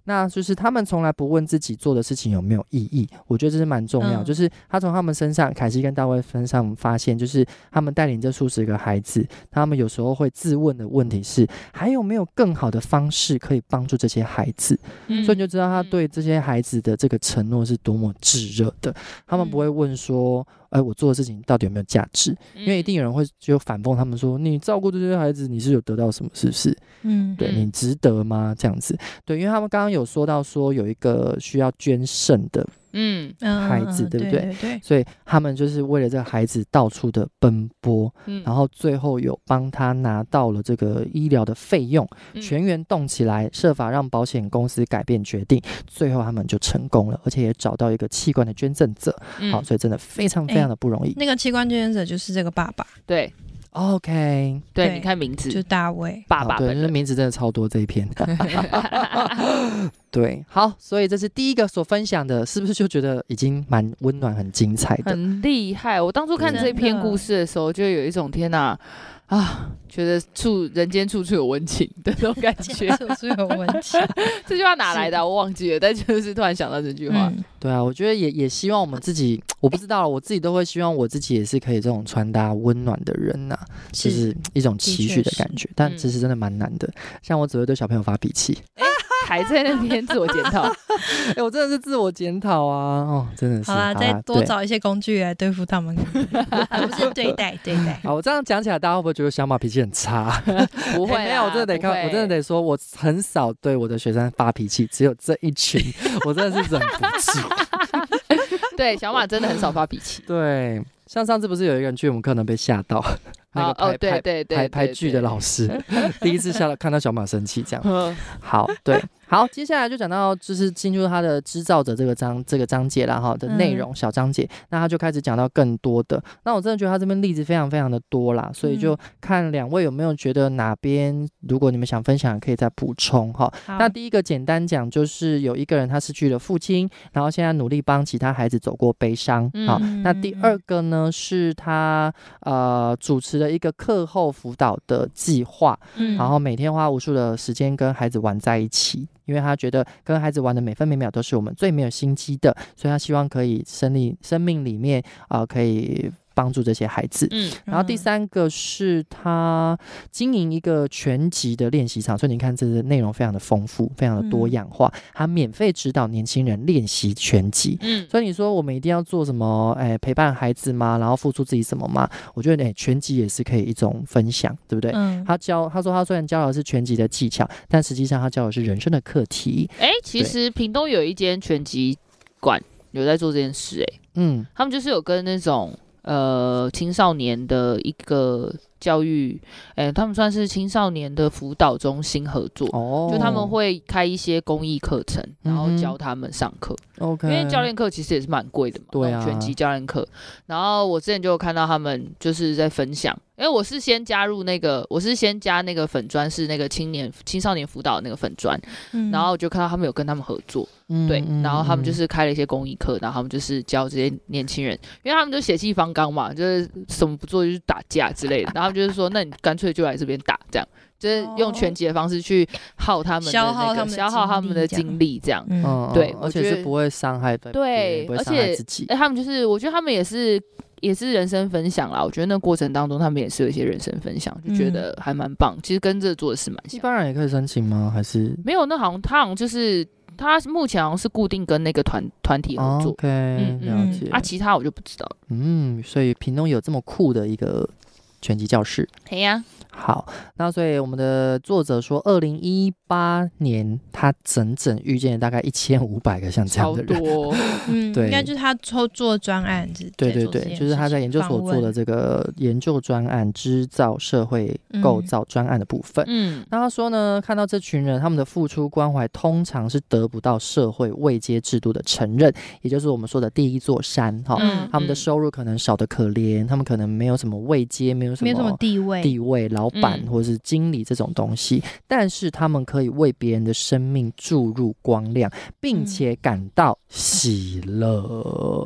C: 那就是他们从来不问自己做的事情有没有意义，我觉得这是蛮重要。
B: 嗯
C: 就是他从他们身上，凯西跟大卫身上发现，就是他们带领这数十个孩子，他们有时候会自问的问题是，还有没有更好的方式可以帮助这些孩子？
A: 嗯
C: 所以你就知道他
A: 嗯
C: 对这些孩子的这个承诺是多么炙热的。他们不会问说，哎、我做的事情到底有没有价值？因
A: 嗯
C: 为一定有人会就反讽他们说，你照顾这些孩子，你是有得到什么？是不是？
B: 嗯
C: 对
A: 嗯
C: 你值得吗？这样子，对，因为他们刚刚有说到说有一个需要捐肾的，
A: 嗯，
B: 嗯
C: 孩子
B: 嗯
C: 对不
B: 对？对，
C: 所以他们就是为了这个孩子到处的奔波，
A: 嗯，
C: 然后最后有帮他拿到了这个医疗的费用，
A: 嗯
C: 全员动起来，设法让保险公司改变决定，最后他们就成功了，而且也找到一个器官的捐赠者。
A: 嗯
C: 好，所以真的非常非常的不容易。
D: 那个器官捐献者就是这个爸爸，
A: 对
C: OK，
A: 对，
D: 对
A: 你看名
D: 就是
A: 字，
D: 大卫。
A: 爸
C: 好
A: 爸
C: 对，
A: 本
C: 因为
A: 人，
C: 名字真的超多这一篇。 对，好，所以这是第一个所分享的，是不是就觉得已经蛮温暖、很精彩的？
A: 很厉害。我当初看
C: 真
A: 这篇
D: 的
A: 故事的时候，就有一种天哪啊，觉得处人间处处有温情的那种感 觉。
D: 是有问题，
A: 这句话哪来的啊、我忘记了，但就是突然想到这句 话。
B: 嗯
C: 对啊，我觉得也也希望我们自己，我不知道，我自己都会希望我自己也是可以这种传达温暖的人呐、就是是一种期
B: 的
C: 许的
B: 确是
C: 感觉。但
A: 嗯
C: 其实真的蛮难的，像我只会对小朋友发脾气，
A: 还在那边自我检 讨，
C: 哎、我真的是自我检讨啊，哦，真的是。
D: 好啦，再多
C: 对
D: 找一些工具来对付他 们，啊不是对待对待。
C: 好，我这样讲起来，大家会不会觉得小马脾气很差？啊
A: 不会啦、
C: 哎没有，我真的得看，我真的
A: 得
C: 得说，我很少对我的学生发脾气，只有这一群， 我真的是忍不住。。
A: 对小马真的很少发脾气
C: 对， 像上次不是有一个人去我们课堂被吓到， 那
A: 啊
C: 个
A: 哦，
C: 拍
A: 对
C: 拍
A: 对对，
C: 拍拍
A: 对嗯
C: 剧的老，师，第一次吓到看到小马生气这样。
A: 对
C: 好，对，好，接下来就讲到就是进入它的制造者这个章这个章节啦哈的
A: 嗯
C: 内容、小章节，那他就开始讲到更多的。那我真的觉得他这边例子非常非常的多啦， 所以
A: 嗯
C: 就看两位有没有觉得哪边，如果你们想分享，可以再补充哈。
B: 嗯
F: 好
C: 那第哦一个简单讲就是有一个人他失去了父亲，然后现在努力帮其他孩子走过悲伤
A: 嗯
C: 好，那第二个呢是他呃主持了一个课后辅导的计划，
A: 嗯
C: 然后每天花无数的时间跟孩子玩在一起，因为他觉得跟孩子玩的每分每秒都是我们最没有心机的，所以他希望可以生命生命里面啊、呃可以帮助这些孩子。
A: 嗯
C: 然后第
F: 嗯
C: 三个是他经营一个全集的练习场，所以你看这个内容非常的丰富，非常的多
F: 嗯
C: 样化。他免费指导年轻人练习全集，
A: 嗯，
C: 所以你说我们一定要做什么？哎，陪伴孩子吗？然后付出自己什么吗？我觉得哎，全集也是可以一种分享，对不对？
F: 嗯，
C: 他教他说他虽然教的是拳击的技巧，但实际上他教的是人生的课题。
A: 哎、其
C: 对
A: 实屏东有一间拳击馆有在做这件事、哎，
C: 嗯，
A: 他们就是有跟那种呃青少年的一个教育，哎、他们算是青少年的辅导中心合作。
C: 哦
A: 就他们会开一些公益课程，然后
C: 嗯哼
A: 教他们上课，
C: OK，
A: 因为教练课其实也是蛮贵的嘛，
C: 嗯对啊
A: 那种拳击教练课。然后我之前就有看到他们就是在分享，因为我是先加入那个，我是先加那个粉砖是那个青年青少年辅导那个粉砖，
F: 嗯
A: 然后我就看到他们有跟他们合作，
C: 嗯
A: 对，然后他们就。
C: 嗯嗯
A: 是开了一些公益课，然后他们就是教这些年轻人，因为他们就血气方刚嘛，就是什么不做就是打架之类的，然后他们就是说，那你干脆就来这边打，这样就是用拳击的方式去耗他们的、那
B: 消
A: 个、
B: 耗他们的
A: 消耗他们的
F: 精力这样
A: 精力，这样。
F: 嗯
C: 嗯，
A: 对
C: 嗯
A: 我
C: 而且
A: 觉
C: 是
A: 得
C: 不会伤害别人
A: 对
C: 不会
A: 而
C: 伤害
A: 且
C: 自己
A: 哎、。他们就是，我觉得他们也是，也是人生分享啦。我觉得那过程当中，他们也是有一些人生分享，就
C: 嗯
A: 觉得还蛮棒。其实跟这做的事蛮
C: 一
A: 像。
C: 般人也可以申请吗？还是
A: 没有，那好像他好像就是他目前好像是固定跟那个团团体合作、
C: OK，
A: 嗯
C: 了
F: 嗯
C: 解
A: 啊，。其他我就不知道了。
C: 嗯，所以屏东有这么酷的一个拳击教室。
A: 嘿
C: 啊
A: 呀、
C: 好，那所以我们的作者说，二零一八年他整整遇见了大概一千五百个像这样
A: 超
C: 的人，
A: 多。
F: 嗯
C: 对
B: 应该就是他抽做专案子，
C: 对对对，就是他在研究所做的这个研究专案，织造社会
F: 嗯
C: 构造专案的部分。
A: 嗯，
C: 那他说呢，看到这群人他们的付出关怀，通常是得不到社会位阶制度的承认，也就是我们说的第一座山哈。
A: 嗯
C: 他们的收入可能少得可怜，他们可能没有什么位阶，没有什
F: 没有什么
C: 么
F: 地位，
C: 地位、老板
A: 嗯
C: 或是经理这种东西，但是他们可以为别人的生命注入光亮，并
F: 嗯
C: 且感到喜乐。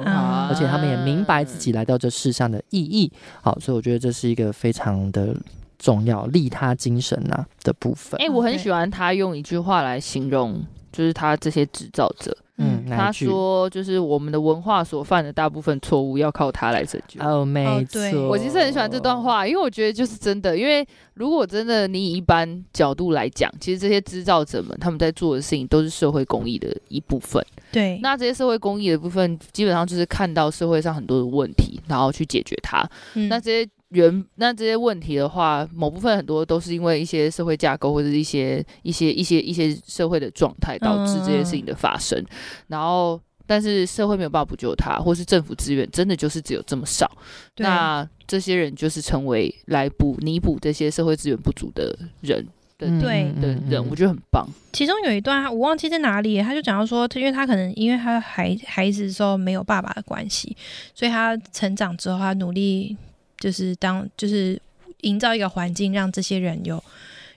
F: 嗯
A: 啊
C: 而且他们也明白自己来到这世上的意义。好，所以我觉得这是一个非常的重要利他精神呐、的嗯部分
A: 哎、。我很喜欢他用一句话来形容，就是他这些制造者。
C: 嗯，哪
A: 他
C: 一句？
A: 说，就是我们的文化所犯的大部分错误，要靠他来拯救。
C: 哦，没错、
B: 对
A: 我其实很喜欢这段。话，因为我觉得就是真的。因为如果真的你以一般角度来讲，其实这些制造者们他们在做的事情都是社会公益的一部分。
F: 对，
A: 那这些社会公益的部分，基本上就是看到社会上很多的问题，然后去解决它。
F: 嗯
A: 那这些原那这些问题的话，某部分很多都是因为一些社会架构或者是一些一些一些一些社会的状态导致这些事情的发
F: 嗯
A: 生，然后。但是社会没有办法补救它，或是政府资源真的就是只有这么少。
F: 对
A: 那这些人就是成为来补弥补这些社会资源不足的人
D: 嗯
F: 对
C: 嗯
A: 的人，我觉得很棒。
B: 其中有一段我忘记在哪里，他就讲到说，因为他可能因为他孩孩子的时候没有爸爸的关系，所以他成长之后，他努力就是当就是营造一个环境，让这些人有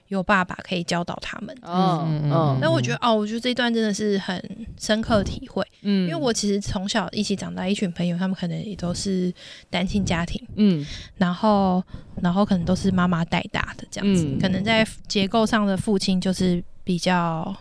B: 有爸爸可以教导他们。
A: 嗯
C: 嗯
A: 嗯
B: 那我觉得哦，我觉得这一段真的是很深刻体会，
A: 嗯
B: 因为我其实从小一起长大，一群朋友他们可能也都是单亲家庭，
A: 嗯
B: 然后然后可能都是妈妈带大的这样子，
A: 嗯
B: 可能在结构上的父亲就是比较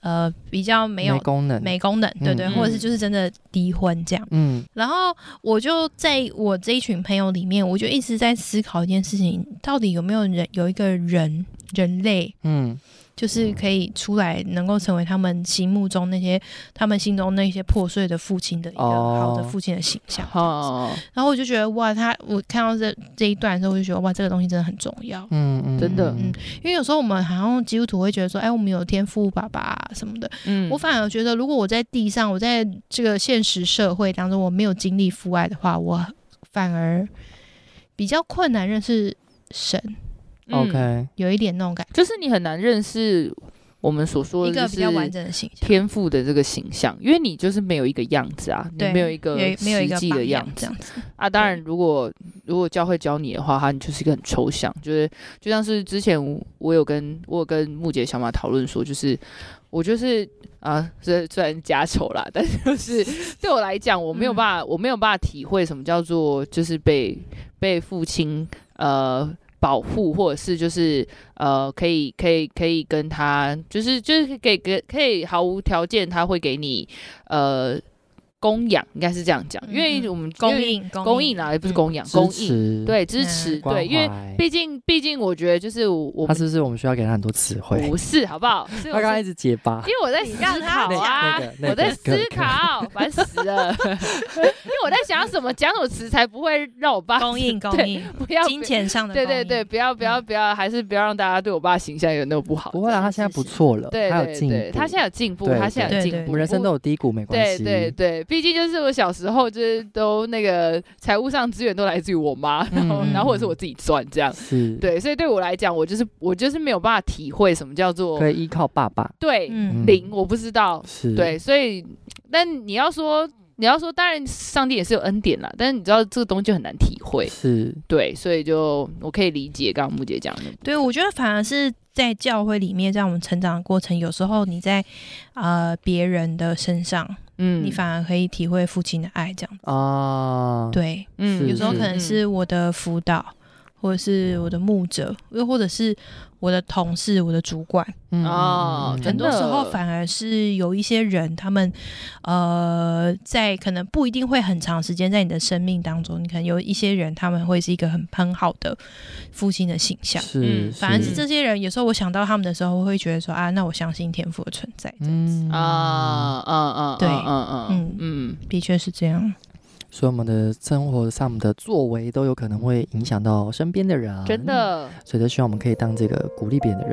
B: 呃比较没有
C: 功能。
B: 没功能，对对，
C: 嗯
B: 或者是就是真的离婚这样。
C: 嗯
B: 然后我就在我这一群朋友里面，我就一直在思考一件事情：到底有没有人有一个人人类，
C: 嗯
B: 就是可以出来能够成为他们心目中那些他们心中那些破碎的父亲的一个
C: 哦
B: 好的父亲的形象。
A: 好，
B: 然后我就觉得哇，他我看到这这一段的时候，我就觉得哇，这个东西真的很重要。
C: 嗯嗯，
A: 真的
C: 嗯
B: 因为有时候我们好像基督徒会觉得说，哎，我们有天赋爸爸、什么的。
A: 嗯
B: 我反而觉得，如果我在地上，我在这个现实社会当中，我没有经历父爱的话，我反而比较困难认识神，
A: 嗯
C: OK，
B: 有一点那种感觉。
A: 就是你很难认识我们所说
D: 一
A: 的
D: 个
A: 就
D: 比较完
A: 是
D: 整的形象，
A: 天赋的这个形象，因为你就是没有一个样子啊，你
D: 对，
A: 没有一个
D: 没有一
A: 实
D: 个
A: 际
D: 榜
A: 的样
D: 样这
A: 子
D: 样子，
A: 啊。当然，如果如果教会教你的话，它你就是一个很抽象，就是就像是之前我我有跟我有跟木姐小马讨论说，就是我就是啊，虽虽然家丑啦，但就是对我来讲，我没有
B: 嗯
A: 办法，我没有办法体会什么叫做就是被被父亲呃。保护，或者是就是呃，可以可以可以跟他，就是就是给给可以毫无条件，他会给你呃供养，应该是这样讲，因为
D: 嗯
A: 我们因
D: 供
A: 为
D: 应
A: 供应啦，也
C: 嗯
A: 不是供养，供
C: 支
A: 应
C: 持，
A: 对支持
D: 嗯
C: 关
A: 对，因为
C: 怀
A: 毕竟毕竟我觉得就是我我
C: 他
A: 们
C: 是不是我们需要给他很多词汇？
A: 不是好不好？是
C: 他
A: 我
C: 刚刚
A: 是
C: 一直结巴
A: 因，为我在
D: 你
A: 思
D: 让他
A: 考啊
C: 讲那个，那
A: 我在
C: 个那
A: 思
C: 个
A: 考， 烦死了，因为我在想什么讲什么词才不会让我爸
D: 供应供
A: 啊 对
D: 应，
A: 不要
D: 金钱上的
A: 对
D: 供
A: 对
D: 应
C: 嗯
A: 对，，不要不要不要，还是不要让大家对我爸形象有那么不好。
C: 不会啦，啊他现在不错了，
A: 对
C: 他有
A: 对
C: 进
A: 对，
C: 步，
A: 他现在有进步，
C: 对
A: 他现在有
D: 对
A: 进
D: 对
A: 步。
C: 我们人生都有低谷，没关
A: 对
C: 系，
A: 对对，毕竟就是我小时候就是都那个财务上资源都来自于我妈， 然后、
C: 嗯
A: 然后或者是我自己赚这样。
C: 是，
A: 对，所以对我来讲，我就是我就是没有办法体会什么叫做
C: 可以依靠爸爸，
A: 对、
C: 嗯
B: 嗯，
A: 零，我不知道。
C: 是，
A: 对，，所以但你要说你要说，当然上帝也是有恩典啦，但是你知道这个东西就很难体会。
C: 是，
A: 对，所以就我可以理解刚刚木姐讲的，
D: 对，我觉得反而是在教会里面，在我们成长的过程，有时候你在呃别人的身上，
A: 嗯，哦
D: 你反而可以体会父亲的爱，这样
C: 啊，，
D: 对。
C: 是
D: 有时候可能
A: 嗯
D: 是我的辅导，或者是我的牧者，又或者是我的同事、我的主管，
C: 嗯
A: 哦真
D: 很多时候
A: 的
D: 反而是有一些人，他们呃，在可能不一定会很长时间在你的生命当中，你可能有一些人他们会是一个很很好的父亲的形象。
C: 是，
A: 嗯
D: 反而是
A: 嗯
D: 这些人，有时候我想到他们的时候，我会觉得说啊，那我相信天赋的存在，
C: 嗯
A: 啊啊啊，
D: 对
A: 嗯嗯嗯
D: 的确是这样。
C: 所以我们的生活上我们的作为都有可能会影响到身边的人，
A: 嗯，真，的，
C: 所以都希望我们可以当这个鼓励别人的人。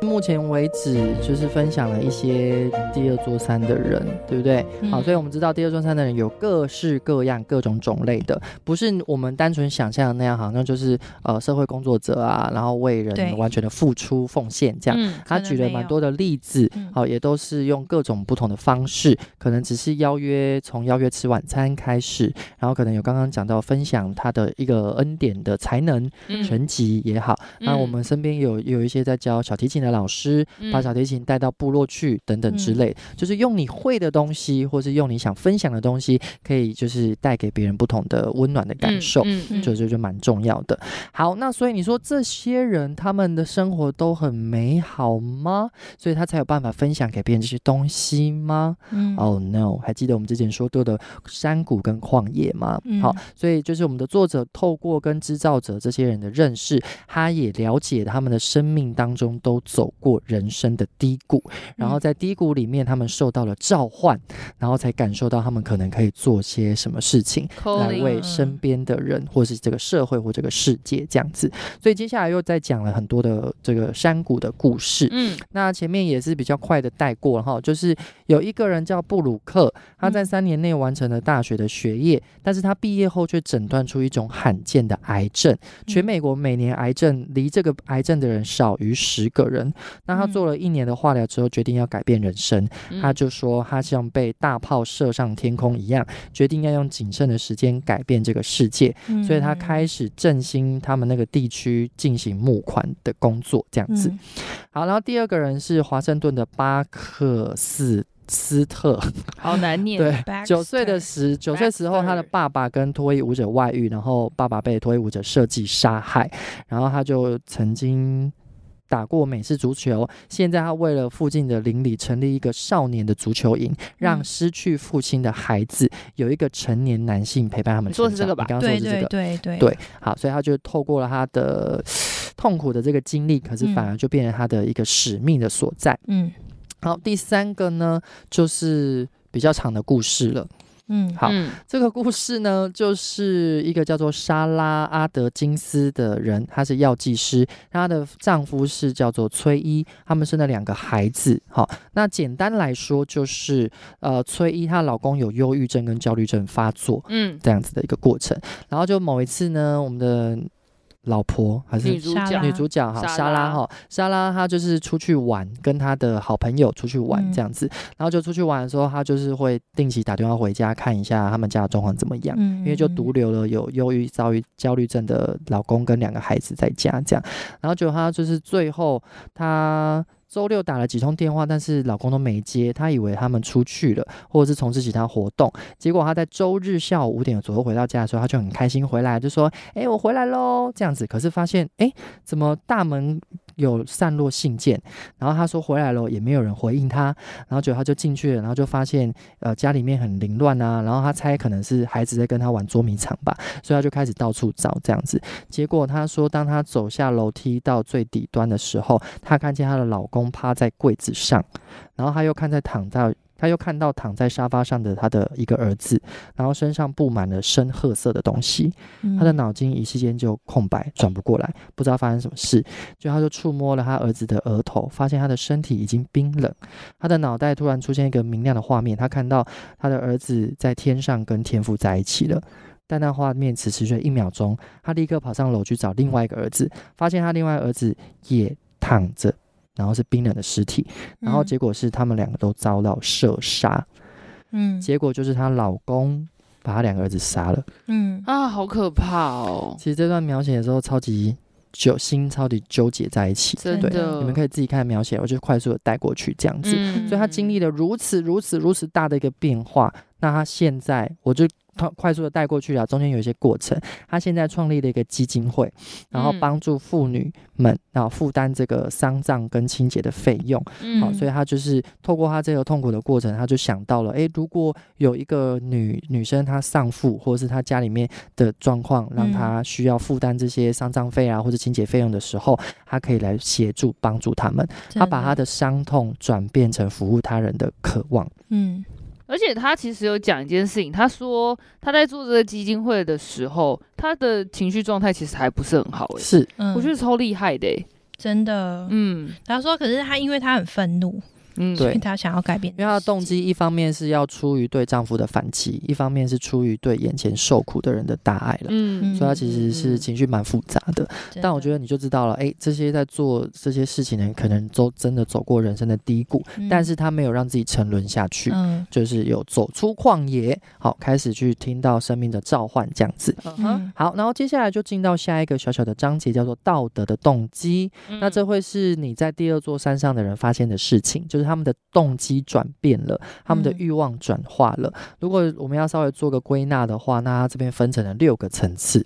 C: 目前为止，就是分享了一些第二座山的人，对不对？好，所以我们知道第二座山的人有各式各样、各种种类的，不是我们单纯想象的那样，好像就是呃社会工作者啊，然后为
D: 对
C: 人完全的付出奉献这样。
A: 嗯
C: 他
D: 可能
C: 举了
D: 没
C: 蛮
D: 有
C: 多的例子
D: 嗯，
C: 好、也都是用各种不同的方式，可能只是邀约，从邀约吃晚餐开始，然后可能有刚刚讲到分享他的一个恩典的才能
A: 嗯，
C: 全集也好，那
D: 嗯
C: 我们身边有有一些在教小提琴的老师，
A: 嗯
C: 把小提琴带到部落去等等之
D: 嗯
C: 类，就是用你会的东西，或是用你想分享的东西，可以就是带给别人不同的温暖的感受。
A: 嗯
D: 嗯
C: 就就就蛮重要的。好，那所以你说这些人他们的生活都很美好吗？所以他才有办法分享给别人这些东西吗、
D: 嗯
C: o h no！还记得我们之前说到的山谷跟旷野吗？
D: 嗯
C: 好，所以就是我们的作者透过跟制造者这些人的认识，他也了解他们的生命当中都走过人生的低谷，然
D: 嗯
C: 后在低谷里面他们受到了召唤，然后才感受到他们可能可以做些什么事情。来
A: ，calling，
D: 嗯
C: 为身边的人，或是这个社会或这个世界这样子。所以接下来又再讲了很多的这个山谷的故事。
A: 嗯
C: 那前面也是比较快的带过了哈，就是有一个人叫布鲁克，他在
D: 嗯
C: 三年内完成了大学的学业，但是他毕业后却诊断出一种罕见的癌症。
D: 嗯
C: 全美国每年癌症离这个癌症的人少于十个人。那他
D: 嗯
C: 做了一年的化疗之后，决定要改变人生，
A: 嗯
C: 他就说他像被大炮射上天空一样，决定要用谨慎的时间改变这个世界，
D: 嗯
C: 所以他开始振兴他们那个地区进行募款的工作，这样子。
D: 嗯
C: 好，然后第二个人是华盛顿的巴克斯。斯特
A: 好难念，
C: 对，
D: Baxter
C: 九岁的时九岁时候，他的
A: Baxter
C: 爸爸跟脱衣舞者外遇，然后爸爸被脱衣舞者设计杀害，然后他就曾经打过美式足球，现在他为了附近的邻里成立一个少年的足球营，让
A: 嗯
C: 失去父亲的孩子有一个成年男性陪伴他们
A: 你说的
C: 成
A: 是
C: 长。
A: 这个吧
C: 你刚刚说
D: 对
C: 的是这
D: 对
C: 个，
D: 对对
C: 对好，所以他就透过了他的痛苦的这个经历，可是反
D: 嗯
C: 而就变成他的一个使命的所在。
D: 嗯
C: 好，第三个呢，就是比较长的故事了。
B: 嗯
C: 好
A: 嗯
C: 这个故事呢，就是一个叫做莎拉阿德金斯的人，她是药剂师，她的丈夫是叫做崔一，他们生了两个孩子。好，那简单来说就是，呃，崔一她老公有忧郁症跟焦虑症发作
A: 嗯，
C: 这样子的一个过程。然后就某一次呢，我们的老婆还是
A: 女主
B: 莎
A: 角
B: 拉
C: 女主角哈，
A: 莎
C: 莎拉
A: 拉
C: 哈，莎拉她就是出去玩，跟她的好朋友出去玩
B: 嗯
C: 这样子，然后就出去玩的时候，她就是会定期打电话回家看一下他们家的状况怎么样。
B: 嗯
C: 因为就独
B: 立，
C: 留了有忧郁、躁郁、焦虑症的老公跟两个孩子在家这样，然后结果她就是最后她周六打了几通电话，但是老公都没接，她以为他们出去了，或者是从事其他活动。结果她在周日下午五点左右回到家的时候，她就很开心回来，就说：“哎、我回来喽！”这样子，可是发现哎、诶怎么大门有散落信件？然后她说回来了，也没有人回应她，然后结果她就进去了，然后就发现呃家里面很凌乱啊，然后她猜可能是孩子在跟她玩捉迷藏吧，所以她就开始到处找这样子。结果她说，当她走下楼梯到最底端的时候，她看见她的老公趴在柜子上，然后她又看在躺在。她又看到躺在沙发上的她的一个儿子，然后身上布满了深褐色的东西，
B: 嗯
C: 他的脑筋一时间就空白，转不过来，不知道发生什么事。就他就触摸了他儿子的额头，发现他的身体已经冰冷。他的脑袋突然出现一个明亮的画面，他看到他的儿子在天上跟天父在一起了。但那画面只持续了一秒钟，他立刻跑上楼去找另外一个儿子，发现他另外儿子也躺着，然后是冰冷的尸体。然后结果是他们两个都遭到射杀，
B: 嗯
C: 结果就是她老公把她两个儿子杀了。
B: 嗯
A: 啊，好可怕哦，
C: 其实这段描写的时候超级揪心，超级纠结在一起。
A: 真
B: 对
A: 的，
C: 你们可以自己看描写，我就快速的带过去这样子。
A: 嗯
C: 所以她经历了如此如此如此大的一个变化，那她现在我就。快快速的带过去了，中间有一些过程。她现在创立了一个基金会，然后
A: 嗯
C: 帮助妇女们，然后负担这个丧葬跟清洁的费用。好，
A: 嗯
C: 所以她就是透过她这个痛苦的过程，她就想到了，诶，如果有一个女女生她丧父，或者是她家里面的状况，让
B: 嗯
C: 她需要负担这些丧葬费啊或者清洁费用的时候，她可以来协助帮助他们。她把她的伤痛转变成服务他人的渴望。
B: 嗯
A: 而且他其实有讲一件事情，他说他在做这个基金会的时候，他的情绪状态其实还不是很好诶、
C: 是，
B: 嗯，
A: 我觉得超厉害的、欸，
B: 真的，
A: 嗯
B: 他说可是他因为他很愤怒，
A: 嗯，
C: 对
B: 所以他想要改变，
C: 因为她的动机一方面是要出于对丈夫的反击，一方面是出于对眼前受苦的人的大爱了。
A: 嗯
B: 嗯
C: 所以她其实是情绪蛮复杂的。但我觉得你就知道了，哎、这些在做这些事情的人，可能都真的走过人生的低谷，
B: 得
C: 但是他没有让自己沉沦下去，
B: 嗯
C: 就是有走出旷野，好，开始去听到生命的召唤，这样子。
A: 嗯哼
B: 嗯
C: 好，然后接下来就进到下一个小小的章节，叫做道德的动机。
B: 嗯
C: 那
A: 嗯
C: 这会是你在第二座山上的人发现的事情，就是他们的动机转变了，他们的
B: 嗯
C: 欲望转化了。如果我们要稍微做个归纳的话，那它这边分成了六个层次。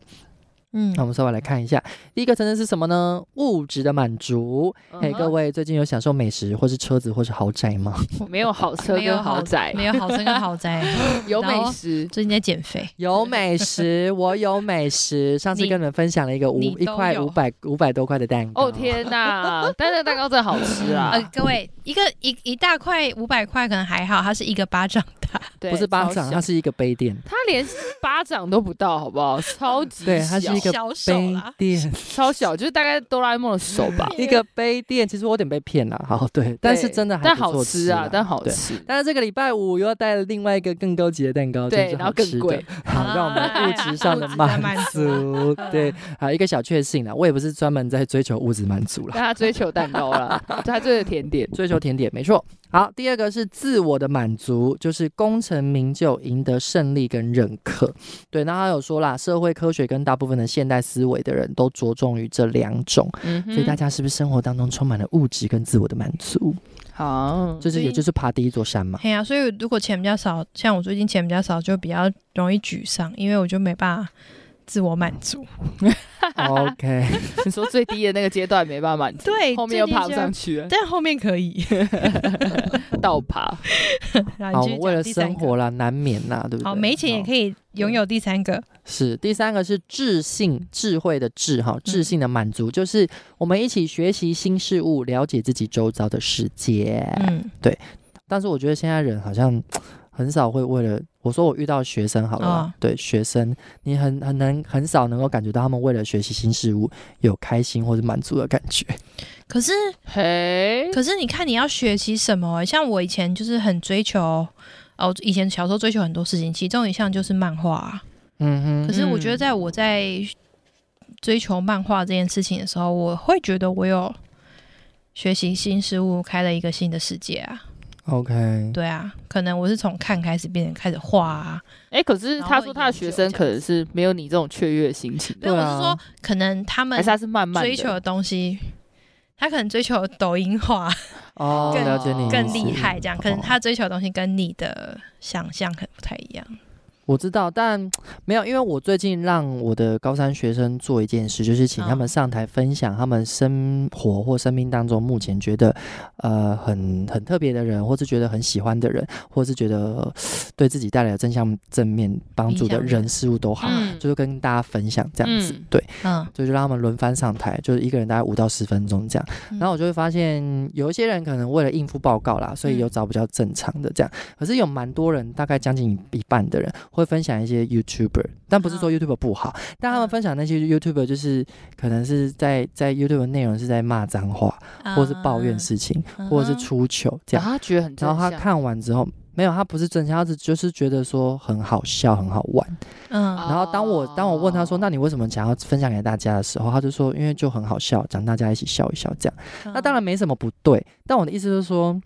B: 嗯
C: 那我们稍微来看一下，第一个层次是什么呢？物质的满足。
A: 嗯
C: 嘿，各位最近有享受美食，或是车子，或是豪宅吗？
A: 没有好车
B: 没有
A: 跟豪
B: 好
A: 宅，
B: 没有豪车跟豪宅，
A: 有
B: 然
A: 美
B: 后
A: 食，
B: 最近在减肥，
C: 有美食，我有美食。上次
B: 你
C: 跟你们分享了一个五
B: 你
C: 一
B: 都
C: 块
B: 有
C: 五百五百多块的蛋糕。
A: 哦！天哪，但那蛋糕真的好吃 啦
B: 啊
C: 哎
D: 呃，，各位，一个一一大块五百块可能还好，它是一个巴掌大，
A: 对
C: 不是巴
A: 超
C: 掌，啊
A: 小
C: 它是一个杯垫，
A: 他连巴掌都不到，好不好？超级
C: 对 它是
A: 小
C: 一个
D: 小手
C: 杯
D: 啦。
C: 垫，
A: 超小，就是大概哆啦 A 梦的手吧。
C: 一个杯垫。其实我有点被骗了，好对， 但是
A: 对
C: 真的还
A: 但
C: 不错
A: 好吃啊
C: 啦，
A: 但好
C: 对
A: 吃。
C: 但是这个礼拜五又带了另外一个更高级的蛋糕，真
A: 对，
C: 是
A: 然
C: 好
A: 后更
C: 吃的
A: 贵。
C: 好，
B: 啊
C: 让我们物质上的满足，对，
B: 嗯
C: 好一个小确幸啦。我也不是专门在追求物质满足啦，
A: 但他追求蛋糕 啦，他追求甜
B: 嗯
A: 点。
C: 追求甜点没错。好，第二个是自我的满足，就是功成名就、赢得胜利跟认可。对，那他有说啦，社会科学跟大部分的现代思维的人都着重于这两种，
A: 嗯，
C: 所以大家是不是生活当中充满了物质跟自我的满足？
B: 嗯
A: 好，
C: 就是
B: 所以
C: 也就是爬第一座 山嘛。
B: 哎呀、所以如果钱比较少，像我最近钱比较少，就比较容易沮丧，因为我就没办法自我满足。
C: OK，
A: 你说最低的那个阶段没办法满足，
B: 对
A: 后面又爬不上，去了，
B: 但后面可以。
A: 倒爬。
B: 然
C: 好，
B: 后
C: 我
B: 你继续讲
C: 们为了
B: 第三
C: 生
B: 个
C: 活啦，难免啦，对不对？
B: 好，没钱也
C: 好
B: 可以拥有第三个。
C: 是第三个是智性智慧的智哈，
B: 嗯
C: 智性的满足、就是我们一起学习新事物，了解自己周遭的世界。
B: 嗯，
C: 但是我觉得现在人好像。很少会为了我说我遇到学生好了啦，
B: 哦
C: 对学生，你很很难很少能够感觉到他们为了学习新事物有开心或者满足的感觉。
B: 可是
A: 嘿，
B: 可是你看你要学习什么欸、像我以前就是很追求，哦，以前小时候追求很多事情，其中一项就是漫画啊、
C: 嗯
B: 可
C: 哼，
B: 是我觉得
A: 嗯
B: 在我在追求漫画这件事情的时候，我会觉得我有学习新事物，开了一个新的世界啊。
C: ，OK，
B: 对啊，可能我是从看开始变成开始画啊。
A: 哎、可是他说他的学生可能是没有你这种雀跃心情的，
B: 对，我
C: 对啊
B: 是说，可能他
A: 还
B: 们
A: 是他是慢慢
B: 追求
A: 的
B: 的东西，他可能追求抖音化
C: 哦，
B: 更
C: 了解你
B: 更
C: 意思
B: 厉害，这样可能
C: 哦
B: 他追求的东西跟你的想象可能不太一样。
C: 我知道，但没有，因为我最近让我的高三学生做一件事，就是请他们
B: 嗯
C: 上台分享他们生活或生命当中目前觉得呃很很特别的人，或是觉得很喜欢的人，或是觉得呃对自己带来正向正面帮助的
B: 影响的
C: 人事物都好，
A: 嗯
C: 就是跟大家分享这样子。
A: 嗯
C: 对，
B: 嗯，
C: 所以就让他们轮番上台，就是一个人大概五到十分钟这样。
B: 嗯
C: 然后我就会发现，有一些人可能为了应付报告啦，所以有找比较正常的这样。可是有蛮多人，大概将近一一半的人会分享一些 YouTuber，但不是说 YouTuber 不好，但他们
B: 嗯
C: 分享那些 YouTuber 就是可能是在在 YouTube 内容是在骂脏话，或是抱怨事情，
B: 啊嗯，
C: 或者是出糗这
A: 然哦
C: 样。
A: 后他觉得很正
C: 然后他
A: 向
C: 看完之后，没有，他不是正向，他是就是觉得说很好笑，很好玩。
B: 嗯，嗯
A: 啊
C: 然后当我当我问他说，那你为什么想要分享给大家的时候，他就说，因为就很好笑，讲大家一起笑一笑这样。
B: 嗯
C: 那当然没什么不对，但我的意思就是说，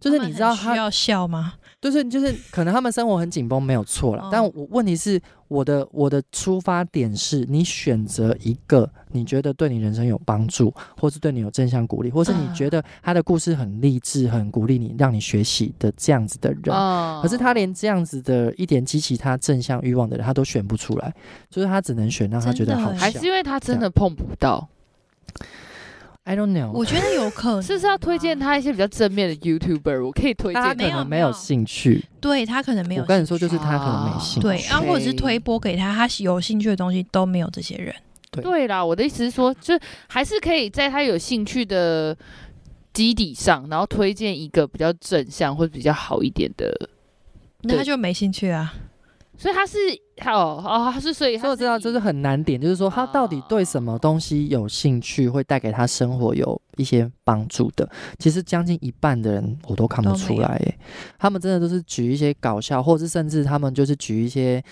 C: 就是你知道
B: 他们很
C: 他
B: 需，要笑吗？
C: 就是 就是可能他们生活很紧绷没有错了，但
B: 哦
C: 我问题是我的我的出发点是你选择一个你觉得对你人生有帮助，或是对你有正向鼓励，或是你
B: 啊
C: 觉得他的故事很励志、很鼓励你、让你学习的这样子的人。
A: 哦
C: 可是他连这样子的一点激起他正向欲望的人，他都选不出来，就是他只能选让他觉得
B: 真的
C: 好
B: 欸
C: 笑
A: 还是因为他真的碰不到，
C: I don't know，
B: 我觉得有可能，
A: 是不是要推荐？他一些比较正面的 YouTuber？我可以推
C: 大家
A: 荐吗
B: 没有
C: 可能
B: 没
C: 啊没有
B: 有
C: 兴趣。
B: 对他可能没有
C: 我
B: 兴趣。
C: 跟你说，就是他可能没
A: 啊
C: 兴趣。
B: 对，啊，或者是
A: OK
B: 推播给他，他有兴趣的东西都没有这些人。
A: 对啦，我的意思是说，就还是可以在他有兴趣的基底上，然后推荐一个比较正向或者比较好一点的。
B: 那他
A: 对
B: 就没兴趣啊，
A: 所以他是哦哦，他是所以他
C: 所以我知道
A: 以
C: 这是很难点，就是说
A: 哦
C: 他到底对什么东西有兴趣，会带给他生活有一些帮助的。其实将近一半的人我都看不出来耶，他们真的都是举一些搞笑，或是甚至他们就是举一些。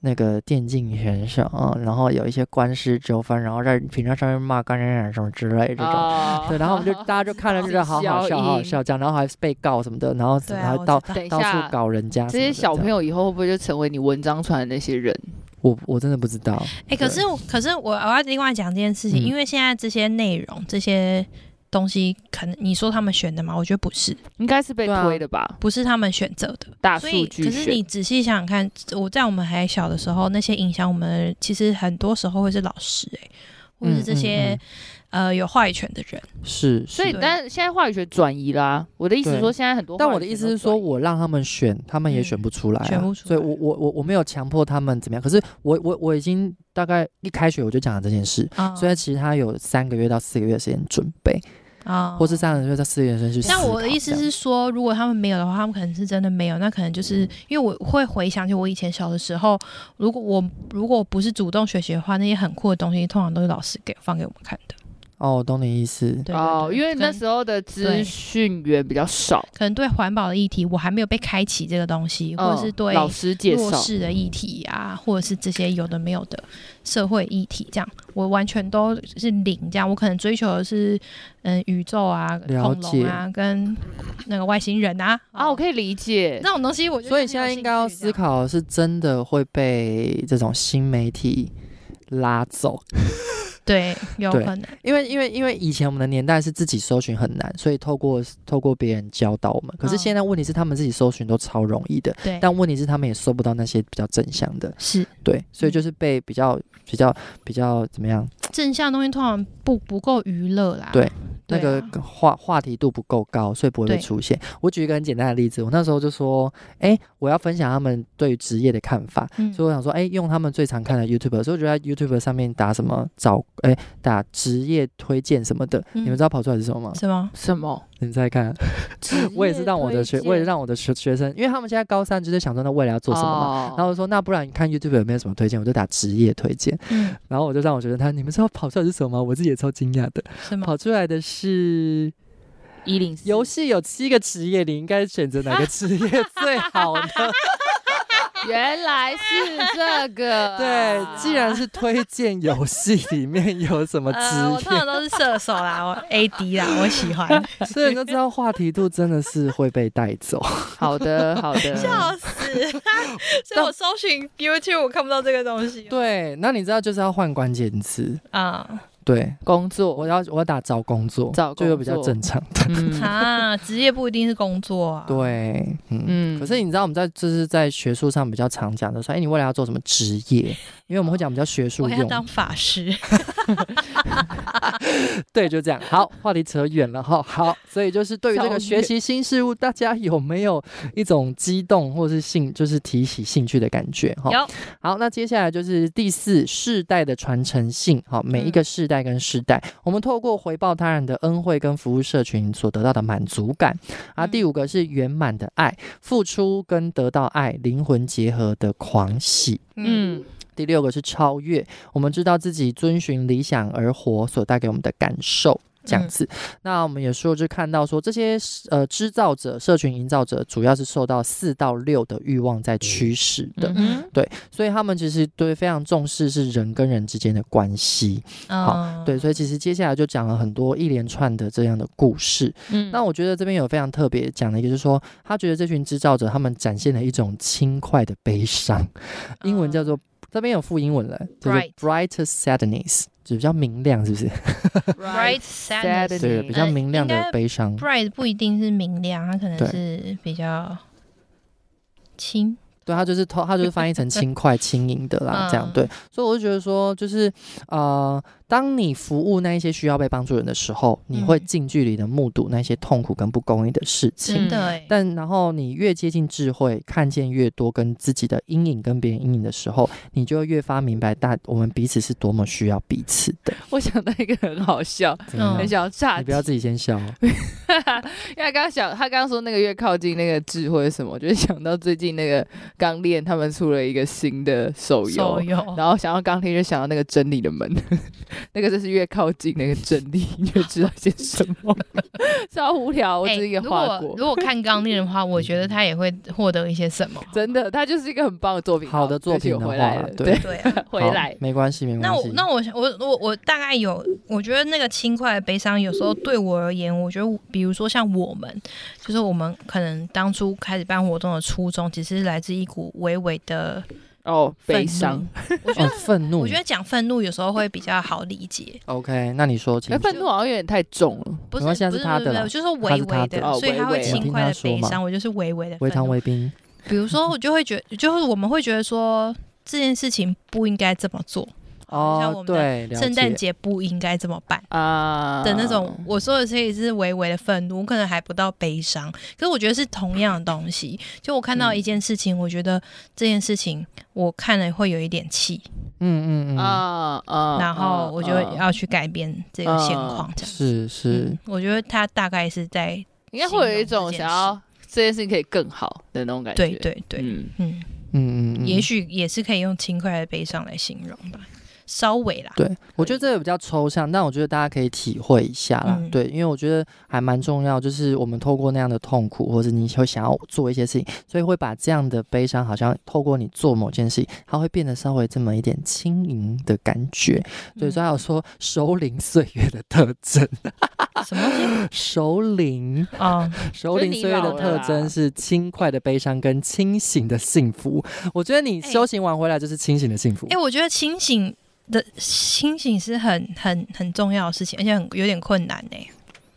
C: 那个电竞选手，嗯，然后有一些官司纠纷，然后在评论上面骂干人染什么之类这种，
A: 哦
C: 对，然后我们就大家就看了就觉得好好 笑，好好笑，这样，然后还被告什么的，然后
B: 对
C: 还
B: 啊，我
C: 到
B: 知道
A: 等一
C: 到处
A: 下，
C: 搞人家什
A: 这
C: 么
A: 些
C: 的
A: 小
C: 这样
A: 朋友以后会不会就成为你文章传的那些人？
C: 我我真的不知道，
B: 哎、可是我可是我我要另外讲这件事情，
C: 嗯
B: 因为现在这些内容这些东西，可能你说他们选的嘛，我觉得不是，
A: 应该是被
C: 对啊
A: 推的吧？
B: 不是他们选择的。
A: 大
B: 所
A: 数
B: 以，
A: 据
B: 可是
A: 选
B: 你仔细想想看，我在我们还小的时候，那些影响我们的人，其实很多时候会是老师、哎，或者
C: 嗯
B: 是这
C: 嗯
B: 些、
C: 嗯
B: 呃有话语权的人。
C: 是，所
A: 所以，
B: 对
A: 但现在话语权转移啦、我的意思是
C: 对
A: 说，现在很多话语
C: 但
A: 权都转移，
C: 我的意思是说，我让他们选，他们也
B: 嗯
C: 选不出来、啊
B: 选不出
C: 所以
B: 来
C: 我我我我没有强迫他们怎么样。可是我我我已经大概一开学我就讲了这件事，
B: 啊
C: 所以其实他有三个月到四个月的时间准备，
B: 啊
C: 或是三个月到四个月的时间去思考。
B: 但我的意思
C: 这样
B: 是，说，如果他们没有的话，他们可能是真的没有。那可能
C: 嗯
B: 就是因为我会回想起我以前小的时候，如果我如果不是主动学习的话，那些很酷的东西通常都是老师给放给我们看的。
C: 哦，我懂你意思。
B: 对
A: 哦，
B: 对
A: 因为那
B: 可能
A: 时候的资
B: 对
A: 讯源比较少，
B: 可能对环保的议题，我还没有被开启这个东西，或者
A: 嗯
B: 是对
A: 老师介
B: 弱
A: 绍，
B: 势的议题啊，或者是这些有的没有的社会议题，啊这样我完全都是零。这样我可能追求的是嗯宇宙啊、
C: 了
B: 恐龙啊、跟那个外星人啊
A: 啊，我可以理解。
B: 那种东西我就
C: 所以
B: 是
C: 现
B: 很有
C: 在应该
B: 兴
C: 要
B: 趣
C: 思
B: 这样。
C: 考，是真的会被这种新媒体拉走，
B: 对，有
C: 对
B: 可能。
C: 因为因为因为以前我们的年代是自己搜寻很难，所以透过透过别人教导我们。可是
B: 嗯
C: 现在问题是，他们自己搜寻都超容易的，
B: 对，
C: 但问题是他们也搜不到那些比较正向的，
B: 是
C: 对，所以
B: 嗯
C: 就是被比较比较比较怎么样，
B: 正向的东西通常不不够娱乐啦。
C: 对那
B: 对
C: 个
B: 啊
C: 话话题度不够高，所以不会被
B: 对
C: 出现。我举一个很简单的例子，我那时候就说，哎、我要分享他们对于职业的看法，
B: 嗯
C: 所以我想说，哎、用他们最常看的 YouTube，所以我就在 YouTube 上面打什么找，哎、打职业推荐什么的，你们
B: 嗯
C: 知道跑出来是什么吗？
B: 什么？
A: 什么？
C: 你们再看，我也是让我的学，我也是让我的学学生，因为他们现在高三就是想说那未来要做什么
B: 哦
C: 嘛。
A: 嘛
C: 然后我说那不然你看 YouTube 有没有什么推荐，我就打职业推荐，
G: 嗯，
C: 然后我就让我学生他，你们知道跑出来是什么吗？我自己也超惊讶的，
B: 是吗？
C: 跑出来的是
A: 一零
C: 游戏有七个职业，你应该选择哪个职业最好 呢？
A: 原来是这 个、
C: 对，既然是推荐游戏里面有什 么
B: 呃，我
C: 职
B: 通常都是射手啦， 我 AD 啦，我 喜欢。
C: 业，所以你就知道话题度真的是会被带 走。
A: 好的好的，
B: 笑死！ 所以我搜寻 YouTube 我看不到这个东西。
C: 对，那你知道就是要换关键词，
B: 啊
C: 对。
A: 工作，
C: 我要我要打找工作，
A: 找
C: 就有
A: 工
C: 比较
A: 作
C: 正常的。
A: 嗯
B: 啊，职业不一定是工作
C: 哦
B: 啊。
C: 对，嗯。
A: 嗯
C: 可是你知道我们在就是在学术上比较常讲的说，哎、你未来要做什么职业？因为我们会讲比较学术
B: 我要
C: 用，
B: 当法师。
C: 对，就这样。好，话题扯远了哈。好，所以就是对于这
A: 超
C: 个
A: 远
C: 学习新事物，大家有没有一种激动或是兴，就是提起兴趣的感觉？哈，
B: 有
C: 好，那接下来就是第四世代的传承性。好，每一个世代跟世代，我们透过回报他人的恩惠跟服务社群所得到的满足感。啊，
B: 嗯
C: 第五个是圆满的爱，付出跟得到爱灵魂结合的狂喜。
A: 嗯
C: 第六个是超越，我们知道自己遵循理想而活所带给我们的感受。这
B: 嗯
C: 样子，那我们也说，就看到说这些呃制造者、社群营造者，主要是受到四到六的欲望在驱使的。
A: 嗯
B: 嗯
A: 哼
C: 对，所以他们其实对非常重视是人跟人之间的关系。
B: 嗯
C: 好
B: 好
C: 对，所以其实接下来就讲了很多一连串的这样的故事。
A: 嗯
C: 那我觉得这边有非常特别讲的一个，就是说他觉得这群制造者他们展现了一种轻快的悲伤，英文叫做。这边有副英文了，叫做
B: Bright
C: brighter sadness，就比较明亮，是不是？
B: bright
A: Sadness
B: sadness。
C: 对，比较
B: 呃
C: 明亮
B: 应
C: 的
B: 该
C: 悲伤。
B: bright 不一定是明亮，它可能是比较轻。
C: 对，它就是它就是翻译成轻快、轻盈的啦，这样
B: 嗯
C: 对。所以我就觉得说，就是呃，当你服务那一些需要被帮助的人的时候，你会
B: 嗯
C: 近距离的目睹那些痛苦跟不公义的事情。
B: 真的哎，
C: 但然后你越接近智慧，看见越多跟自己的阴影跟别人阴影的时候，你就会越发明白大我们彼此是多么需要彼此的。
A: 我想到一个很好笑，
C: 怎么
B: 嗯
A: 很
C: 样
A: 想要炸
C: 你
A: 题
C: 不要自己先笑哦，
A: 因为他刚刚想，他刚刚说那个越靠近那个智慧是什么，我就想到最近那个钢链他们出了一个新的手游，
B: 手游
A: 然后想到钢链就想到那个真理的门， 那个就是越靠近那个真理， 你就知道些什 么，超无聊，我
B: 哎
A: 只是一个
B: 如
A: 画
B: 果
A: 过。
B: 如果看钢链的话，我觉得他也会获得一些什么。
A: 真的，它就是一个很棒的作品。
C: 好的作品
A: 对不起
C: 的
A: 我回来
C: 话
A: 了，
C: 对
A: 对，
B: 对啊，
A: 回
C: 好
A: 来。
C: 没关系，没关
B: 那
C: 系。
B: 我那我想我我我大概有，我觉得那个轻快的悲伤，有时候对我而言，我觉得比如说像我们，就是我们可能当初开始办活动的初衷，其实来自一股微微的
A: 哦，
B: 愤
A: 悲
B: 怒
A: 伤。。
B: 我觉
C: 哦
B: 得，
C: 愤怒
B: 我觉得讲愤怒有时候会比较好理解，
C: ，OK，那你说，请
A: 那哎愤怒好像有点太重了。
B: 不
C: 没
B: 是
C: 关系
B: 不
C: 那是
B: 是
C: 他
B: 不
C: 的
B: 是，
C: 啦
B: 不是就是
C: 他
B: 微
C: 是他
B: 微
C: 的
A: 哦
B: 所以他
A: 微
B: 会
A: 微
B: 轻快
C: 我
B: 的
C: 听他
B: 悲
C: 说
B: 伤，我就是微微的
C: 微糖
B: 愤怒。
C: 微冰，
B: 比如说，我就会觉就是我们会觉得说这件事情不应该这么做，像
C: 哦
B: 我，们的
C: 对，了
B: 圣诞
C: 解
B: 节不应该这么办。
A: 啊
B: 的那种，我说的这也是微微的愤怒，我可能还不到悲伤，可是我觉得是同样的东西。就我看
A: 嗯
B: 到一件事情，我觉得这件事情我看了会有一点气，
C: 嗯嗯嗯，
A: 啊啊
B: 然后我就
A: 啊
B: 要去改变这个现况，这样。
C: 是是
B: 嗯，，我觉得他大概是在
A: 应该会有一种
B: 形容这件
A: 想要这件事情可以更好的那种感觉。
B: 对对对，
A: 嗯，
B: 嗯，
C: 嗯嗯嗯，
B: 也许也是可以用轻快的悲伤来形容吧，稍微啦。
C: 对，我觉得这个比较抽象，但我觉得大家可以体会一下啦。
B: 嗯
C: 对，因为我觉得还蛮重要，就是我们透过那样的痛苦，或者你会想要做一些事情，所以会把这样的悲伤，好像透过你做某件事情，它会变得稍微这么一点轻盈的感觉。对，
B: 嗯
C: 所以还有说首领岁月的特征，
B: 什么东西？
C: 首领
B: 哦，
C: 首领岁月的特征是轻快的悲伤跟清醒的幸福。我觉得你
B: 哎
C: 修行完回来就是清醒的幸福。
B: 哎、我觉得清醒的清醒是很很很重要的事情，而且很有点困难呢、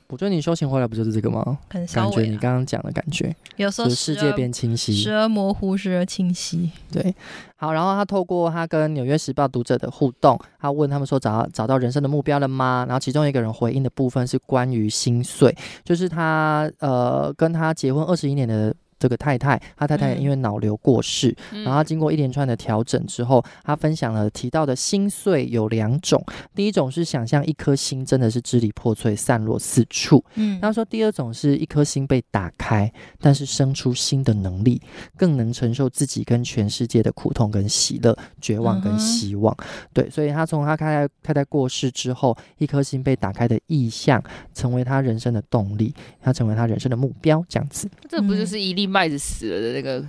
C: 我觉得你修行回来不就是这个吗？
B: 可能稍
C: 感觉
B: 微啊
C: 你
B: 啦
C: 刚刚讲的感觉。
B: 有时候
C: 就是世
B: 时
C: 界
B: 而
C: 变清晰
B: 时。而模糊，时而清晰。
C: 对，好，然后他透过他跟《纽约时报》读者的互动，他问他们说找到找到人生的目标了吗？然后其中一个人回应的部分是关于心碎，就是他呃跟他结婚二十一年的。这个太太，他太
B: 嗯
C: 太因为脑瘤过世，
A: 嗯
C: 然后经过一连串的调整之后，他分享了提到的心碎有两种，第一种是想象一颗心真的是支离破碎散落四处，
H: 嗯
C: 他说第二种是一颗心被打开，但是生出新的能力，更能承受自己跟全世界的苦痛跟喜乐、绝望
H: 嗯
C: 跟
H: 哼
C: 希望。对，所以他从他太太太太过世之后，一颗心被打开的意向，成为他人生的动力，他成为他人生的目标，这样子。
A: 这不就是一粒麦子死了的那个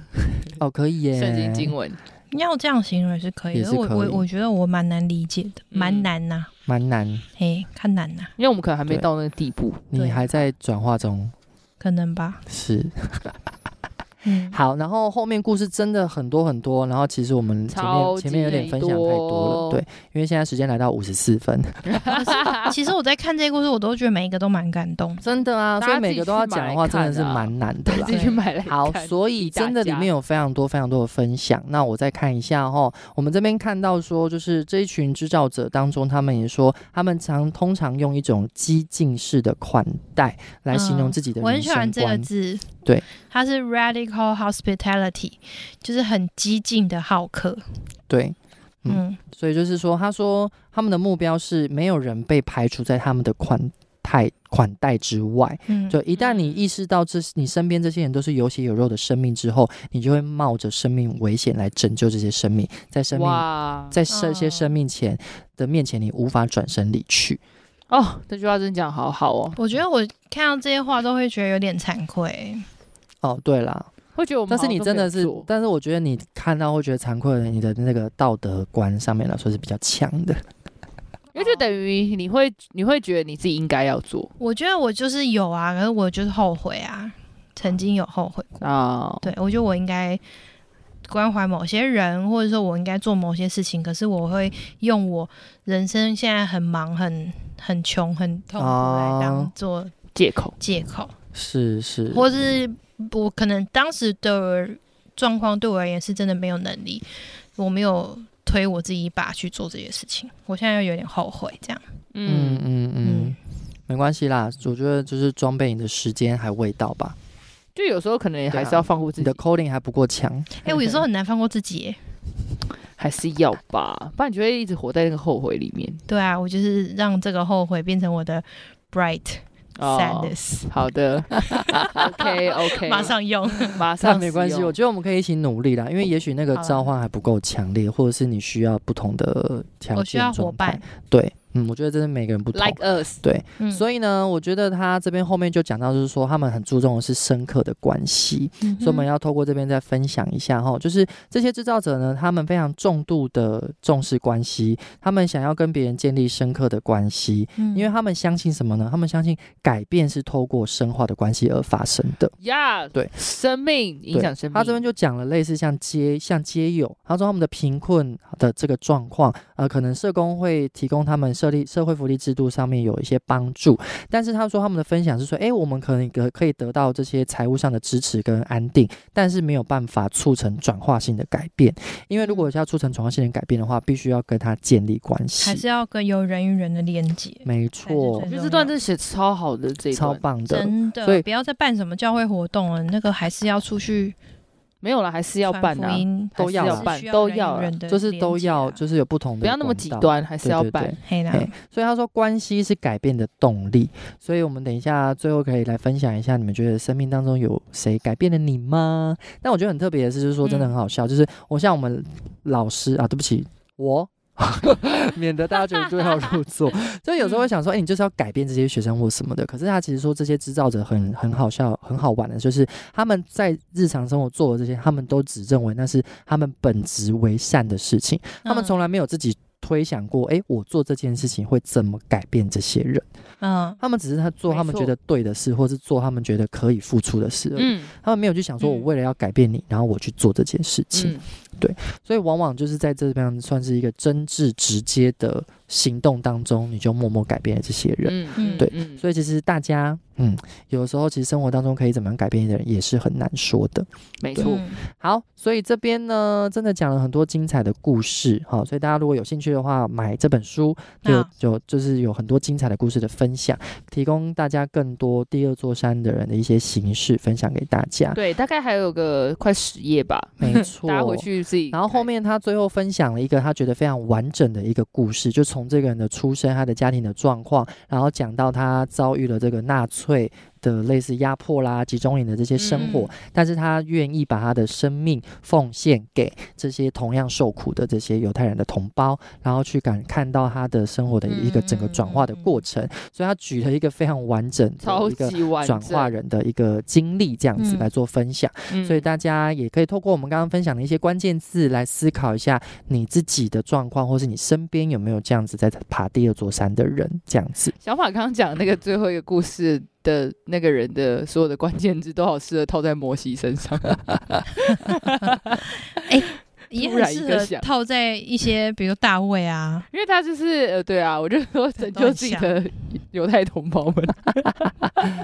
C: 哦，可以耶，
A: 圣经经文？
B: 要这样形容也是可以
C: 也
B: 的，
C: 是
B: 我
C: 可以
B: 我我觉得我蛮难理解的，
A: 嗯
B: 蛮难呐、
C: 蛮难，
B: 嘿，看难呐、
A: 因为我们可能还没
C: 对
A: 到那个地步。
C: 你
B: 对
C: 还在转化中，
B: 可能吧。
C: 是。
B: 嗯，
C: 好，然后后面故事真的很多很多，然后其实我们前面
A: 超
C: 前面有点
A: 级
C: 分享太多了，
A: 多
C: 对，因为现在时间来到五十四 分，
B: 其实我在看这些故事，我都觉得每一个都蛮感动。
C: 真的啊，
A: 大
C: 所
A: 家
C: 以每
A: 自己
C: 个都要
A: 去买
C: 讲的
A: 来
C: 话，真的
A: 看
C: 是
A: 啊
C: 蛮难的 啦
A: 自。己去买来
C: 好，
A: 看
C: 所以
A: 逼大
C: 真的里
A: 家
C: 面有非常多非常多的分享。那我再看一下哈，我们这边看到说，就是这一群制造者当中，他们也说，他们常通常用一种激进式的款待来形容
B: 嗯
C: 自己的
B: 我很
C: 人
B: 喜欢
C: 生
B: 这个
C: 观。
B: 字，
C: 对，
B: 它是 radical hospitality，就是很激进的好客。
C: 对，嗯
B: 嗯，
C: 所以就是说，他说他们的目标是没有人被排除在他们的款待款待之外。
B: 嗯
C: 就一旦你
A: 嗯
C: 意识到这你身边这些人都是有血有肉的生命之后，你就会冒着生命危险来拯救这些生命，在生命
A: 哇，
C: 在这些
B: 哦
C: 生命前的面前，你无法转身离去。
A: 哦，这句话真讲好好哦，
B: 我觉得我看到这些话都会觉得有点惭愧。
C: 哦，对啦，
A: 会觉得我们
C: 但
A: 好
C: 是
A: 像
C: 你
A: 都
C: 真
A: 没有
C: 的是
A: 做，
C: 但是我觉得你看到会觉得惭愧的，你的那个道德观上面来说是比较强的。
A: 因为就等于你会你会觉得你自己应该要做
B: 我觉得我就是有啊，可是我就是后悔啊，曾经有后悔过。
A: 啊，
B: 对，我觉得我应该关怀某些人，或者说我应该做某些事情，可是我会用我人生现在很忙、很很穷、很痛苦
C: 哦
B: 来当做
A: 借口
B: 借口，
C: 是是，
B: 或是我可能当时的状况对我而言是真的没有能力，我没有推我自己一把去做这些事情，我现在又有点后悔这样。
C: 嗯
A: 嗯，
C: 嗯嗯
B: 嗯，
C: 没关系啦，我觉得就是装备你的时间还未到吧，
A: 就有时候可能也
C: 对啊
A: 还是要放过自
C: 你
A: 己
C: 的，coding 还不 够强。
B: 哎、我有时候很难放过自己耶。
A: 还是要吧，不然你就会一直活在那个后悔里面。
B: 对啊，我就是让这个后悔变成我的 bright
A: 哦，
B: sadness，、
A: 好的，OK OK，
B: 马上用。
A: 马
C: 那
A: 上
C: 没关
A: 使
C: 系，
A: 用
C: 我觉得我们可以一起努力啦，因为也许那个
B: 哦好啊
C: 召唤还不够强烈，或者是你需要不同的条件
B: 我需要
C: 状
B: 伙伴
C: 态。对，嗯，我觉得真的每个人不同。
A: like us，
B: 嗯，
C: 所以呢，我觉得他这边后面就讲到，就是说他们很注重的是深刻的关系，
B: 嗯哼
C: 所以我们要透过这边再分享一下哈，就是这些制造者呢，他们非常重度的重视关系，他们想要跟别人建立深刻的关系，
B: 嗯
C: 因为他们相信什么呢？他们相信改变是透过深化的关系而发生的。
A: 呀，
C: 对，
A: 生命影
C: 对
A: 响生命，
C: 他这边就讲了类似像街像街友，他说他们的贫困的这个状况，呃，可能社工会提供他们设立社会福利制度上面有一些帮助，但是他说他们的分享是说，诶，我们可能可可以得到这些财务上的支持跟安定，但是没有办法促成转化性的改变，因为如
A: 嗯
C: 果要促成转化性的改变的话，必须要跟他建立关
B: 还
C: 系，
B: 是要跟有人与人的连接，
C: 没错
A: 我
B: 才，
A: 觉得这段真的写得超好的，这一
C: 超
A: 段
C: 棒的。
B: 真
C: 所以
B: 的不要再办什么教会活动了，那个还是要出去
A: 没有了，还是要办
B: 传
A: 啊
B: 福，音，
C: 都要
B: 还
C: 啦
B: 是
A: 办
B: 需
A: 都
B: 人与
A: 要啦
B: 人的
C: 就是
B: 连
C: 都
B: 接啊
C: 要，就是有不同的，
A: 不要那么极，端，还是要
C: 对对
A: 办
C: 对。
B: 嘿啦
C: 嘿，
A: 嗯
C: 所以他说，关系是改变的动力。所以我们等一下最后可以来分享一下，你们觉得生命当中有谁改变了你吗？但我觉得很特别的是，就是说真
A: 嗯
C: 的很好笑，就是我像我们老师啊，对不起，我。 免得大家觉得对号入 座，就有时候
A: 嗯
C: 会想说，哎、你就是要改变这些学生或什么的。可是他其实说这些制造者很很好笑、很好玩的，就是他们在日常生活做的这些，他们都只认为那是他们本职为善的事情。他
A: 嗯
C: 们从来没有自己推想过，诶，我做这件事情会怎么改变这些人？
B: 嗯
C: 他们只是他做
A: 没
C: 他们
A: 错
C: 觉得对的事，或是做他们觉得可以付出的事而已。
A: 嗯
C: 他们没有去想说，我
B: 嗯
C: 为了要改变你，然后我去做这件事情。
A: 嗯，
C: 对，所以往往就是在这边算是一个真挚直接的行动当中，你就默默改变了这些人。
A: 嗯
B: 嗯
C: 对
A: 嗯
C: 所以其实大家，嗯，有的时候其实生活当中可以怎么样改变一个人，也是很难说的。
A: 没
C: 对
A: 错，
B: 嗯
C: 好，所以这边呢，真的讲了很多精彩的故事，好，所以大家如果有兴趣的话，买这本书就
B: 啊
C: 就就是有很多精彩的故事的分享，提供大家更多第二座山的人的一些形式分享给大家。
A: 对，大概还有个快十页吧，
C: 没 错，
A: 大家回去自己看。
C: 然后后面他最后分享了一个他觉得非常完整的一个故事，就从这个人的出身、他的家庭的状况，然后讲到他遭遇了这个纳粹的类似压迫啦、集中营的这些生活，
B: 嗯
C: 但是他愿意把他的生命奉献给这些同样受苦的这些犹太人的同胞，然后去感看到他的生活的一个整个转化的过程，所以他举了一个非常完整的
A: 嗯超
C: 一个
A: 级完
C: 转化人的一个经历，这样子
B: 嗯
C: 来做分享。
A: 整，
C: 所以
A: 嗯
C: 大家也可以透过我们刚刚分享的一些关键字来思考一下你自己的状况，或是你身边有没有这样子在爬第二座山的人，这样子。
A: 小马刚刚讲那个最后一个故事的那个人的所有的关键字，都好适合套在摩西身上。
B: 也
A: 突
B: 很
A: 然一
B: 适
A: 个
B: 合
A: 想
B: 套在一些，比如大卫啊，
A: 因为他就是呃，对啊，我就说拯
B: 都
A: 救
B: 很
A: 自己的犹太同胞 们，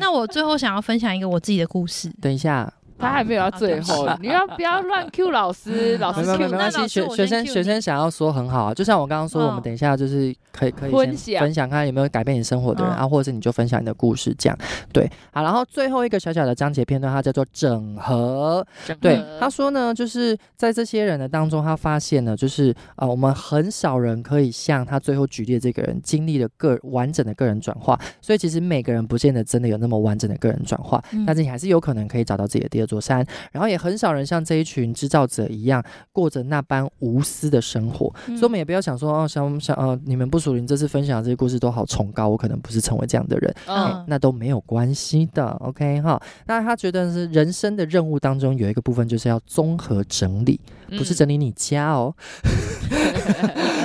B: 那我最后想要分享一个我自己的 故事。
C: 等一下，
A: 他还没有到最后，你要不要 乱 Q 老师？老
C: 没
A: 师
C: 有没有
A: Q
C: 没
A: 那
C: 关
B: 老
C: 系，
B: 师
C: 学
B: 我
C: 学
B: 先
C: 生
B: cue
C: 学生
B: 你
C: 想要说很好啊，就像我刚刚说，
B: 哦
C: 我们等一下就是可以可以
A: 分
C: 先
A: 享
C: 分享看有没有改变你生活的人
B: 嗯
C: 啊，或者是你就分享你的故事这样。对，好，然后最后一个小小的章节片段，它叫做整合。对，
A: 呃
C: 他说呢，就是在这些人的当中，他发现呢，就是啊、呃我们很少人可以像他最后举例的这个人经历了个完整的个人转化，所以其实每个人不见得真的有那么完整的个人转化，
B: 嗯
C: 但是你还是有可能可以找到自己的第二座山。然后也很少人像这一群制造者一样，过着那般无私的生活，
B: 嗯
A: 嗯
C: 所以我们也不要想说哦，想想呃，你们不属于你这次分享的这些故事都好崇高，我可能不是成为这样的人。
A: 嗯
C: 哎，那都没有关系的，OK 哈。那他觉得是人生的任务当中有一个部分就是要综合整理，不
A: 嗯
C: 是整理你家哦，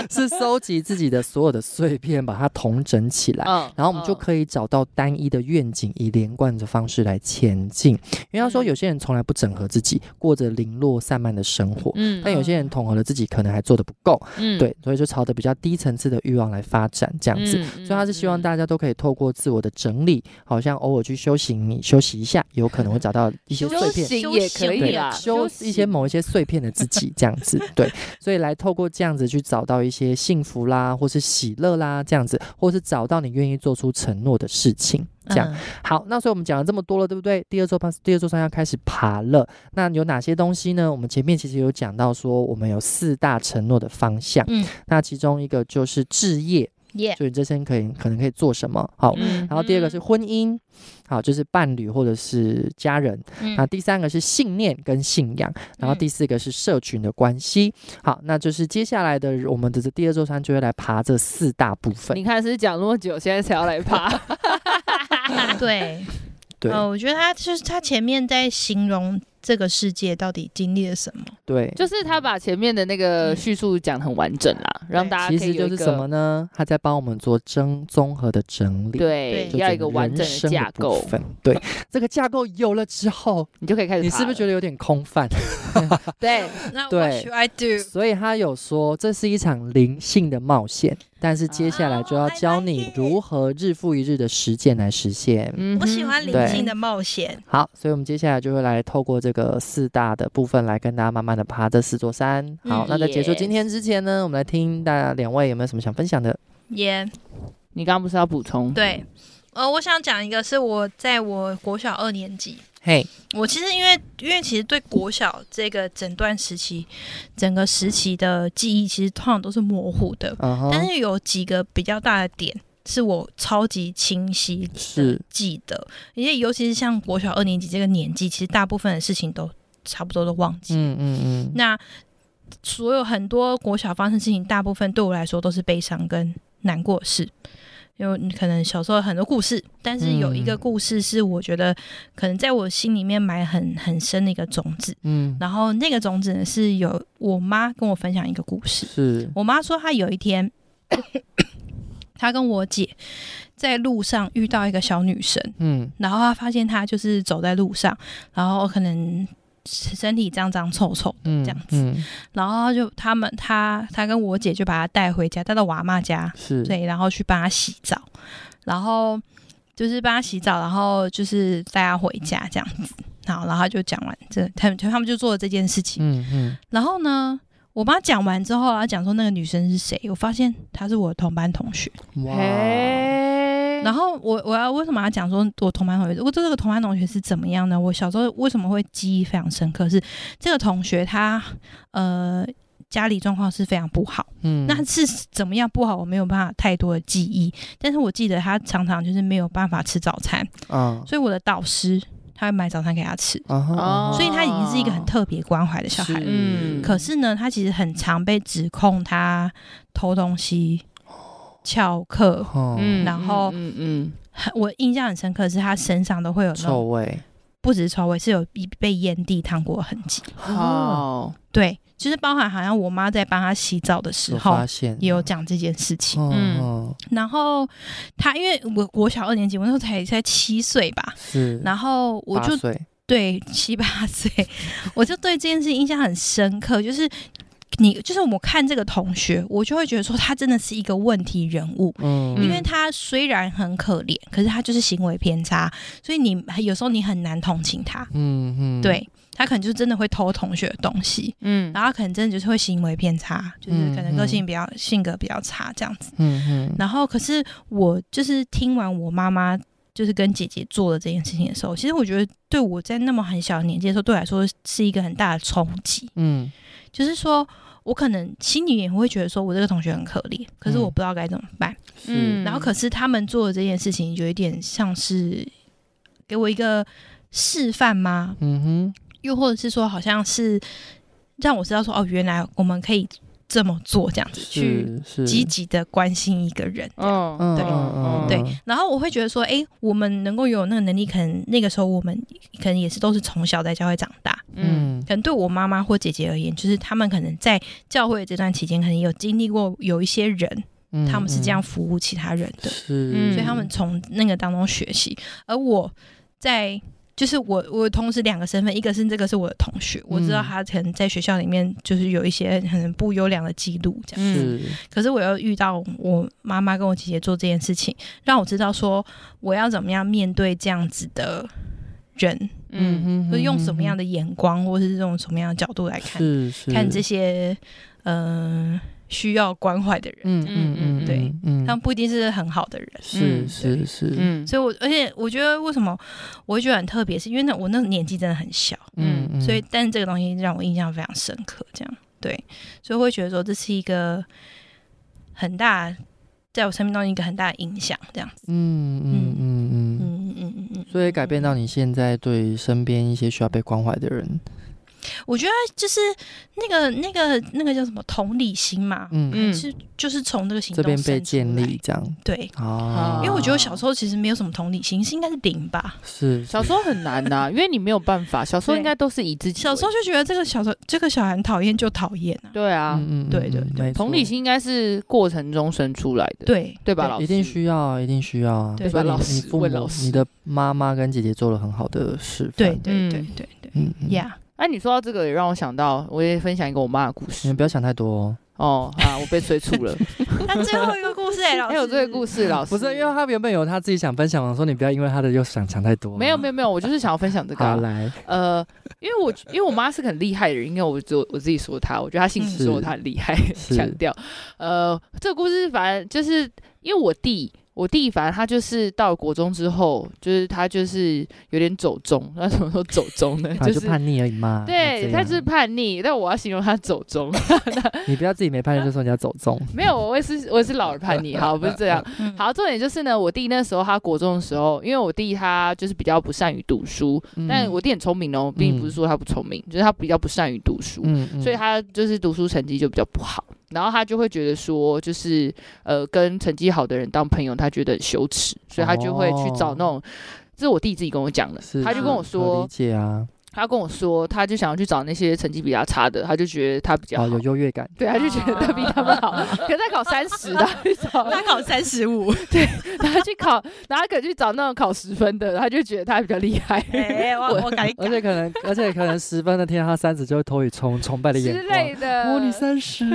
C: 是收集自己的所有的碎片，把它统整起来。
A: 嗯
C: 然后我们就可以找到单一的愿景，以连贯的方式来前进。因为他说，
B: 嗯
C: 有些人从来不整合自己，过着零落散漫的生活；
A: 嗯
C: 但有些人统合了自己，可能还做得不够。
A: 嗯
C: 对，所以就朝着比较低层次的欲望来发展，这样子。
A: 嗯
C: 所以他是希望
A: 嗯
C: 大家都可以透过自我的整理，好像偶尔去修行，你休息一下，有可能 会找到一些
A: 休
C: 碎片。
A: 嗯息啊也可以
C: 对
A: 啦，，
C: 修一些某一些碎片的自己， 这样子，对，所以来透过这样子去找到一些幸福啦，或是喜乐啦，这样子，或是找到你愿意做出承诺的事情，这样。
B: 嗯
C: 好，那所以我们讲了这么多了，对不对？第二座山，第二座山要开始爬了。那有哪些东西呢？我们前面其实有讲到说，我们有四大承诺的方向，
B: 嗯，
C: 那其中一个就是置业，
B: 耶，
C: 所以你这身可以可能可以做什么？好，
A: 嗯
C: 然后第二个是婚姻，好，就是伴侣或者是家人。
B: 嗯
C: 那第三个是信念跟信仰，
A: 嗯
C: 然后第四个是社群的关系。好，那就是接下来的我们的这第二座山就会来爬这四大部分
A: 你。看是讲那么久，现在才要来 爬，嗯
B: 嗯对，
C: 对
A: 哦
B: 呃，我觉得他就是他前面在形容这个世界到底经历了什么，
C: 对，
A: 就是他把前面的那个
B: 嗯
A: 叙述讲得很完整啦，让大家
C: 其
A: 可以
C: 实
A: 有
C: 就
A: 一个
C: 是什么？呢？他在帮我们做整综合的整理。
A: 对，
C: 就
A: 要
C: 整
A: 一个完整
C: 人生的
A: 架
C: 部
A: 构，
C: 分， 对这个架构有了之后，
A: 你就可以开始爬了。
C: 你是不是觉得有点空泛？
A: 得 对？
D: 那 what
C: 对嗯
D: should I do？
C: 所以他有说这是一场灵性的冒险，但是接下来就要教你如何日复一日的实践来实现。
A: 嗯哼，
D: 我喜欢
C: 对
D: 灵性的冒险。
C: 好，所以我们接下来就会来透过这个四大的部分来跟大家慢慢的爬这四座山。好，
B: 嗯
C: 那在结束
A: yes
C: 今天之前呢，我们来听大家两位有没有什么想分享的？
D: 耶、
A: 你刚刚不是要补充？
D: 对，呃，我想讲一个是我在我国小二年级，
C: 嘿，
D: 我其实因为因为其实对国小这个整段时期，整个时期的记忆其实通常都是模糊的，
C: 嗯
D: 但
C: 哼，
D: 是有几个比较大的点是我超级清晰
C: 是
D: 记得，而且尤其是像国小二年级这个年纪，其实大部分的事情都差不多都忘记。
C: 嗯嗯嗯，
D: 那所有很多国小发生的事情，大部分对我来说都是悲伤跟难过的事。因为你可能小时候有很多故事，但是有一个
C: 嗯
D: 故事是我觉得可能在我心里面埋很很深的一个种子。
C: 嗯
D: 然后那个种子呢，是有我妈跟我分享一个故事。
C: 是，
D: 我妈说她有一天， 她跟我姐在路上遇到一个小女生，
C: 嗯
D: 然后她发现她就是走在路上，然后可能
B: 身体脏脏臭臭，
C: 嗯
B: 这样子
C: 嗯
B: 然后就他们他他跟我姐就把他带回家，带到我阿妈家，
C: 是，
B: 对，然后去帮他洗澡，然后就是帮他洗澡，然后就是带他回家这样子。好，然后他就讲完这，他们就他们就做了这件事情。
C: 嗯嗯，
B: 然后呢，我妈讲完之后，她讲说那个女生是谁，我发现她是我的同班同学。
C: 嗯哇，
A: 嘿
B: 然后我我要为什么要讲说我同班同学？我这个同班同学是怎么样呢？我小时候为什么会记忆非常深刻？是这个同学他呃家里状况是非常不好。
C: 嗯，
B: 那是怎么样不好，我没有办法太多的记忆，但是我记得他常常就是没有办法吃早餐，
C: 啊
B: 所以我的导师他会买早餐给他吃，
C: 啊哈啊哈
B: 所以他已经是一个很特别关怀的小孩
C: 是
B: 了。
A: 嗯
B: 可是呢，他其实很常被指控他偷东西、翘课。
C: 哦
A: 嗯，
B: 然后
A: 嗯嗯
B: 很我印象很深刻的是，他身上都会有那
C: 臭
B: 种
C: 味，
B: 不止臭味，是有一被烟蒂烫过的痕迹。
C: 哦
A: 嗯，好，
B: 对，就是包含好像我妈在帮他洗澡的时
C: 有
B: 候
C: 发现
B: 也有讲这件事情。
A: 嗯
C: 哦
B: 然后他因为我国小二年级，我那时候才才七岁吧，
C: 是，
B: 然后我
C: 八
B: 就
C: 岁
B: 对七八岁，我就对这件事印象很深刻，就是。你就是我看这个同学，我就会觉得说他真的是一个问题人物，
C: 嗯
B: 因为他虽然很可怜，可是他就是行为偏差，所以你有时候你很难同情他。
C: 嗯嗯，
B: 对他可能就真的会偷同学的东西，
A: 嗯，
B: 然后他可能真的就是会行为偏差，就是可能个
C: 嗯嗯
B: 性比较性格比较差这样子。
C: 嗯嗯，
B: 然后可是我就是听完我妈妈就是跟姐姐做的这件事情的时候，其实我觉得对我在那么很小的年纪的时候，对我来说是一个很大的冲击。
C: 嗯
B: 就是说我可能心里也会觉得说我这个同学很可怜，可是我不知道该怎么办。
C: 是
A: 嗯
B: 然后可是他们做的这件事情有一点像是给我一个示范吗？
C: 嗯
B: 又或者是说好像是让我知道说哦，原来我们可以这么做，这样
C: 哼
B: 子去
C: 是
B: 积极的关心一个人。
A: 嗯
C: 嗯
B: 对
C: 嗯嗯
B: 对，然后我会觉得说，哎，我们能够有那个能力，可能那个时候我们可能也是都是从小在教会长大，
A: 嗯
C: 嗯
B: 可能对我妈妈或姐姐而言，就是他们可能在教会这段期间，可能有经历过有一些人，
C: 嗯
B: 他们是这样服务其他人的，
C: 是，
A: 嗯
B: 所以他们从那个当中学习，而我在。就是我，我同时两个身份，一个是这个是我的同学，我知道
C: 嗯
B: 他可能在学校里面就是有一些很不优良的记录，这
A: 嗯
B: 样。
C: 是
B: 可是我又遇到我妈妈跟我姐姐做这件事情，让我知道说我要怎么样面对这样子的人，
A: 嗯
C: 哼
B: 就是用什么样
C: 的
B: 的眼光，或是用什么样的角度来看
C: 是是
B: 看这些呃需要关怀的人，
C: 嗯
A: 嗯嗯
B: 对，
C: 嗯
B: 他们不一定是很好的人。
C: 是
A: 嗯
C: 是是，
A: 嗯，
B: 所以我，而且我觉得为什么我会觉得很特别，是因为那我那个年纪真的很小，
A: 嗯
C: 嗯
B: 所以但这个东西让我印象非常深刻，这样对，所以会觉得说这是一个很大，在我生命中一个很大的影响，这样子，
C: 嗯嗯嗯嗯，
B: 嗯嗯嗯嗯嗯，
C: 所以改变到你现在对身边一些需要被关怀的人，
B: 我觉得就是那个那个那个叫什么同理心嘛，
C: 嗯，
A: 嗯
B: 是就是从这个行
C: 这
B: 动
C: 边被
B: 生出
C: 建
B: 来
C: 立，这样
B: 对。
C: 啊，
B: 因为我觉得我小时候其实没有什么同理心，是应该是零吧。
C: 是
A: 小时候很难呐，因为你没有办法，小时候应该都是以自己为，
B: 小时候就觉得这个小时候这个小孩很讨厌就讨厌啊，
A: 对啊，
C: 嗯嗯
B: 对对
C: 嗯
B: 对
C: 没
A: 同
C: 错
A: 理心应该是过程中生出来的，
B: 对
A: 对吧，老师？
C: 一定需要啊，一定需要啊。
B: 对
C: 所
A: 吧
C: 以你
A: 老
C: 你
A: 师
C: 父
A: 问
C: 母
A: 老师
C: 你的妈妈跟姐姐做了很好的示范。
B: 对对
A: 嗯
B: 对对对
C: 嗯，嗯，
B: ，Yeah，
A: 哎，你说到这个，也让我想到，我也分享一个我妈的故
C: 你
A: 事
C: 们不要想太多哦。
A: 哦啊，我被催促 了，
B: 那最后一个故事哎，老
A: 还有这个故事，老师
C: 不是，因为他原本有他自己想分享的，说你不要因为他的又想想太多。
A: 没有没有没有，我就是想要分享这个啊
C: 好，来，
A: 呃，因为我因为我妈是个很厉害的人，因为我只有我自己说她，我觉得她姓氏
C: 嗯
A: 说她很厉害，
C: 是
A: 强调。呃，这个故事反正就是因为我弟，我弟反正他就是到了国中之后，就是他就是有点走中，那怎么说走中呢？
C: 反正
A: 是。
C: 叛逆啊而已嘛。
A: 对，
C: 他
A: 他就是叛逆，但我要形容他走中，
C: 你不要自己没叛逆就说人家走中。
A: 没有，我也是我也是老人叛逆，好，不是这 样，
B: 嗯，
A: 好，重点就是呢，我弟那时候他国中的时候，因为我弟他就是比较不善于读书，嗯
C: 嗯
A: 但我弟很聪明哦，并不是说他不聪明，就是他比较不善于读书，
C: 嗯，嗯
A: 所以他就是读书成绩就比较不好，然后他就会觉得说，就是呃，跟成绩好的人当朋友，他觉得很羞耻，所以他就会去找那种，这是我弟自己跟我讲的
C: 哦是，
A: 他就跟我
C: 是可
A: 说
C: 理，解啊，
A: 他跟我说，他就想要去找那些成绩比较差的，他就觉得他比较好，
C: 哦，有优越感。
A: 对，他就觉得他比他们 好。可是他考三十的，他去找
D: 他考三十五，
A: 他去考，然后他可能去找那种考十分的，他就觉得他比较厉害
D: 哎，我我改一
C: 而
D: 改，
C: 且可能，而且可能十分的听到他三十，就会投以崇崇拜的眼
A: 之
C: 光。
A: 类的。
C: 哦，你三十，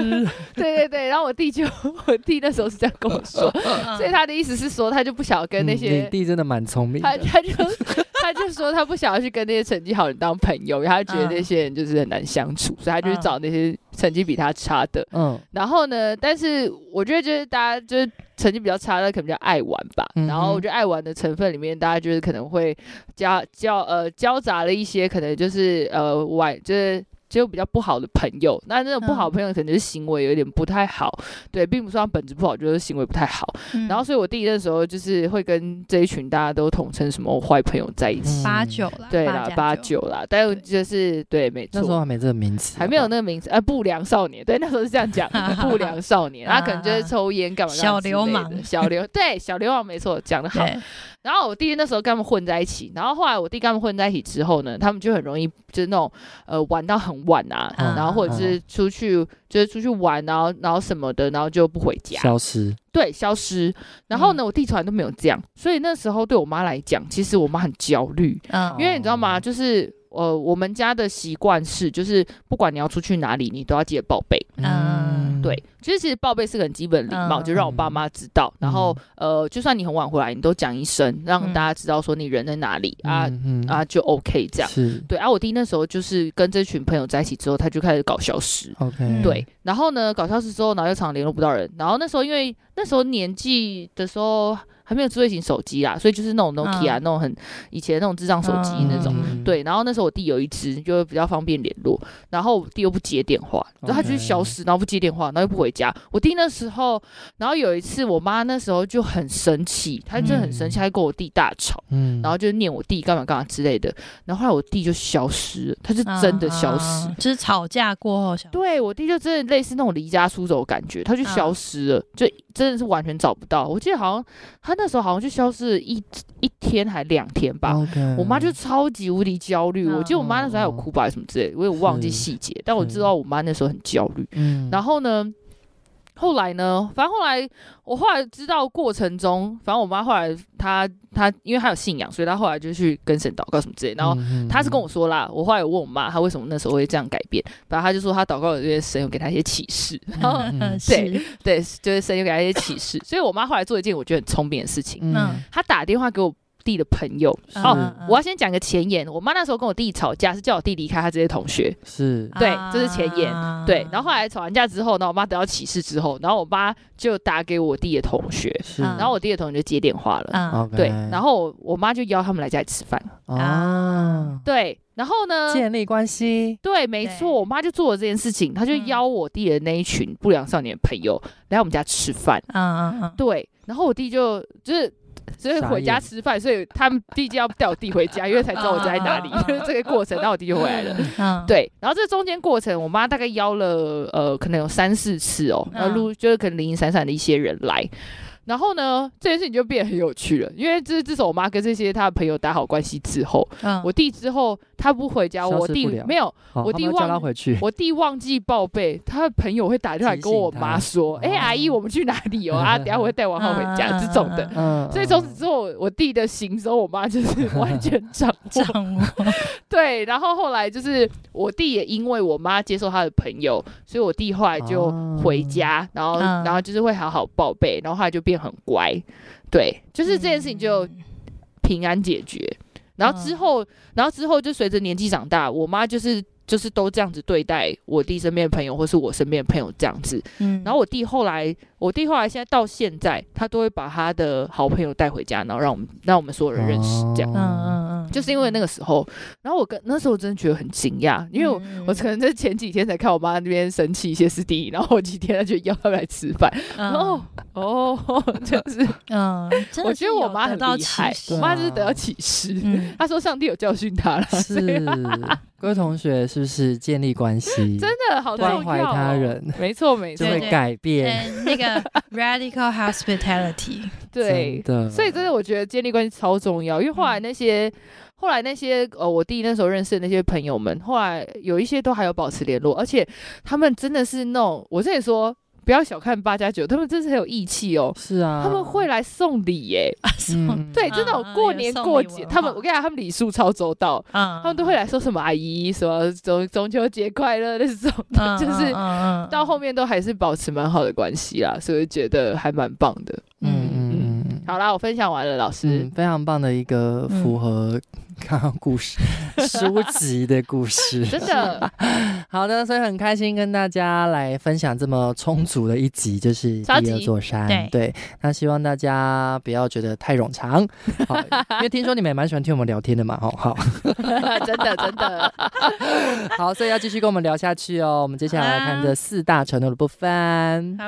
A: 对对对，然后我弟就 我弟那时候是这样跟我说，
B: 哦
D: 嗯
A: 所以他的意思是说，他就不想跟那
C: 嗯
A: 些
C: 你，弟真的蛮聪明
A: 他
C: 的。
A: 他就 他就说他不想要去跟那些成绩好人当朋友，因为他觉得那些人就是很难相处，所以他就去
D: 嗯
A: 找那些成绩比他差的。
C: 嗯，
A: 然后呢，但是我觉得就是大家就是成绩比较差的，可能比较爱玩吧。
C: 嗯哼
A: 然后我觉得爱玩的成分里面，大家就是可能会加交呃交杂了一些，可能就是呃玩就是。就比较不好的朋友，那那种
C: 嗯
A: 不好的朋友可能是行为有点不太好，对，并不是说他本质不好，就是行为不太好。然
C: 嗯
A: 后，所以我弟那时候就是会跟这一群大家都统称什么坏朋友在一起，
C: 嗯
B: 八九啦，
A: 对啦，八
B: 八
A: 九啦，但就是对，没错，
C: 那时候还没这个名词，
A: 还没有那个名字，啊，不良少年，对，那时候是这样讲， 不良少年，他可能就是抽烟干嘛干嘛
D: 小
A: 之类的
D: 流氓
A: 小流，对，小流氓没错，讲得好。
D: 对，
A: 然后我弟那时候跟他们混在一起，然后后来我弟跟他们混在一起之后呢，他们就很容易就是那种呃玩到很晚啊，
D: 嗯
A: 然后或者是出去就是出去玩，然后然后什么的，然后就不回家，
C: 消失。
A: 对，消失。然
D: 嗯
A: 后呢，我弟从来都没有这样，所以那时候对我妈来讲，其实我妈很焦虑，
D: 嗯
A: 因为你知道吗？就是呃，我们家的习惯是，就是不管你要出去哪里，你都要记得报备。
D: 嗯
A: 对，其实其实报备是个很基本的礼貌，
D: 嗯
A: 就让我爸妈知道。然后呃，就算你很晚回来，你都讲一声，让
D: 嗯
A: 大家知道说你人在哪里啊
C: 嗯嗯
A: 啊，就 OK 这样。
C: 是
A: 对啊，我弟那时候就是跟这群朋友在一起之后，他就开始搞消失。
D: 嗯
C: OK，嗯
A: 对，然后呢，搞消失之后，然后又常常联络不到人。然后那时候因为那时候年纪的时候还没有智慧型手机啦，所以就是
D: 嗯
A: 那种 Nokia、那种很以前那种智障手机那种。
C: 嗯
A: 对，然后那时候我弟有一只，就比较方便联络。然后我弟又不接电话，然后他就是消失，然后不接电话，然后又不回家。我弟那时候，然后有一次我妈那时候就很生气，她就很生气，
C: 嗯
A: 她就跟我弟大吵，
C: 嗯
A: 然后就念我弟干嘛干嘛之类的。然后后来我弟就消失了，他是真的消失。
D: 嗯嗯嗯就是吵架过后消失，
A: 对我弟就真的类似那种离家出走的感觉，他就
D: 嗯
A: 消失了，就真的是完全找不到。我记得好像他那时候好像就消失了一一天还两天吧。
C: OK，
A: 我妈就超级无敌焦虑，我记得我妈那时候还有哭吧什么之类的，我也忘记
C: 嗯是
A: 细节，但我知道我妈那时候很焦虑。
C: 嗯
A: 然后呢，后来呢，反正后来我后来知道过程中，反正我妈后来她她因为她有信仰，所以她后来就去跟神祷告什么之类的，然
C: 嗯
A: 后他是跟我说啦，我后来有问我妈，她为什么那时候会这样改变，反正她就说她祷告有这些神有给她一些启示， 然后
C: 嗯
D: 对，
A: 对，就是神有给她一些启示，所以我妈后来做一件我觉得很聪明的事情，
D: 嗯
A: 她打电话给我弟的朋友，
C: 是
A: 哦，
D: 嗯
A: 我要先讲个前言，我妈那时候跟我弟吵架是叫我弟离开她这些同学，
C: 是
A: 对这是前言
D: 啊
A: 对，然后后来吵完架之后呢，我妈得到启示之后，然后我妈就打给我弟的同学，
C: 是，
D: 嗯
A: 然后我弟的同学就接电话了，
B: 嗯
D: 啊，
C: OK，
A: 对，然后我我妈就邀他们来家里吃饭，
D: 嗯
C: 啊，
A: 对，然后呢，
C: 建立关系，
A: 对，没
D: 对
A: 错，我妈就做了这件事情，她就
D: 嗯
A: 邀我弟的那一群不良少年朋友来我们家吃饭。
D: 嗯嗯嗯，
A: 对，然后我弟就就是。所以
C: 傻
A: 回家
C: 眼
A: 吃饭，所以他们毕竟要带我弟回家，因为才知道我家在 哪里。
D: 啊
A: 就是这个过程，然后我弟就回来了。
D: 嗯，
A: 对，然后这中间过程，我妈大概邀了呃，可能有三四次哦，
C: 嗯
A: 然后陆就是可能零零散散的一些人来。然后呢，这件事情就变得很有趣了，因为自自从我妈跟这些她的朋友打好关系之后，
D: 嗯，
A: 我弟之后他不回家，
C: 消
A: 我
C: 失
A: 弟
C: 不了
A: 没有，
C: 好
A: 我
C: 他
A: 弟
C: 们要叫
A: 忘
C: 他回去，
A: 我弟忘记报备，他的朋友会打电话来跟我妈说：“
C: 提
A: 哎、
C: 醒他
A: 阿姨，我们去哪 里哦？啊，等一下我会带王浩回家、
D: 嗯
A: 这种的。”
C: 嗯，
A: 所以从此之后，我弟的行踪，我妈就是 完全掌握。
D: 掌握，
A: 对，然后后来就是我弟也因为我妈接受他的朋友，所以我弟后来就
C: 哦
A: 回家，然后、
D: 哦嗯
A: 然后就是会好好报备，然后后来就变很乖。对， 就是这件事情就
D: 嗯
A: 平安解决。然后之后，然后之后就随着年纪长大，我妈就是就是都这样子对待我弟身边的朋友，或是我身边的朋友这样子。
D: 嗯，嗯
A: 然后我弟后来，我弟后来现在到现在，他都会把他的好朋友带回家，然后让我们让我们所有人认
C: 哦
A: 识，这样。
D: 嗯嗯嗯，
A: 就是因为那个时候，然后我跟那时候我真的觉得很惊讶，因为我。
D: 嗯
A: 我可能在前几天才看我妈那边生气歇斯底里，然后我几天她就邀她来吃饭，然后哦， 就是
D: 嗯，真的
A: 我觉
D: 是
A: 得我
D: 有
A: 妈
D: 得
A: 很
D: 到
A: 厉
D: 启
A: 害，
D: 示
A: 我妈就是得到启示，
D: 嗯，
A: 他说上帝有教训他了，
C: 是各位同学是不是建立关系，
A: 啊真的哦好重要、
C: 关
A: 哦。
C: 怀他，人
A: 没错没
C: 就
A: 错，
C: 会
D: 对
C: 改变，
D: 对，那个 radical hospitality，
A: 对
C: 真的
D: 嗯
A: 所以真的我觉得建立关系超重要，因为后来那些、后来那些呃，我弟那时候认识的那些朋友们，后来有一些都还有保持联络，而且他们真的是那种，我这里说不要小看八加九，他们真是很有义气哦，
C: 是
D: 嗯
C: 啊，
A: 他们会来送礼耶、
D: 啊，是 吗
C: 嗯，
A: 对，真的有
D: 啊
A: 过
D: 有
A: 年
D: 送
A: 过
D: 礼
A: 节，
D: 文
A: 他们
D: 化
A: 我跟你讲，他们礼数超周到，
D: 嗯，
A: 他们都会来说什么阿姨，什么中中秋节快乐那种 的，
D: 嗯，
A: 就是
D: 嗯嗯
A: 到后面都还是保持蛮好的关系啦，所以觉得还蛮棒的。
C: 嗯嗯嗯。
A: 好啦，我分享完了，老师。
C: 嗯，非常棒的一个符
A: 嗯
C: 合刚刚故事、书籍的 故事，
A: 真的，
C: 好的，所以很开心跟大家来分享这么充足的一集，就是第
A: 超级
C: 二座山。
D: 对
C: 那希望大家不要觉得太冗长，好， 因为听说你们也蛮喜欢听我们聊天的嘛，哦，好
A: 真的，真的，
C: 好，所以要继续跟我们聊下去哦。我们接下来来看这四大承诺的 部分。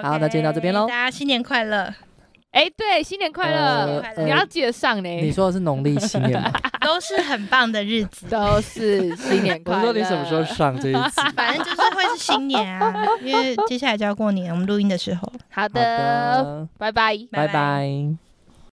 C: 好，那今天到这边喽
D: OK，。大家新年快乐，
A: 哎、对，新年快乐！
D: 呃
A: 你要记得上呢，。
C: 你说的是农历新年 吗？
D: 都是很棒的日子
A: 都是新年快 乐。
C: 我说你什么时候上这一集？
D: 反正就是会是新年啊，因为接下来就要过年，我们录音的时候。
A: 好
C: 好
A: 的，
C: 的，
A: 拜拜。
C: 拜
D: 拜
C: 拜。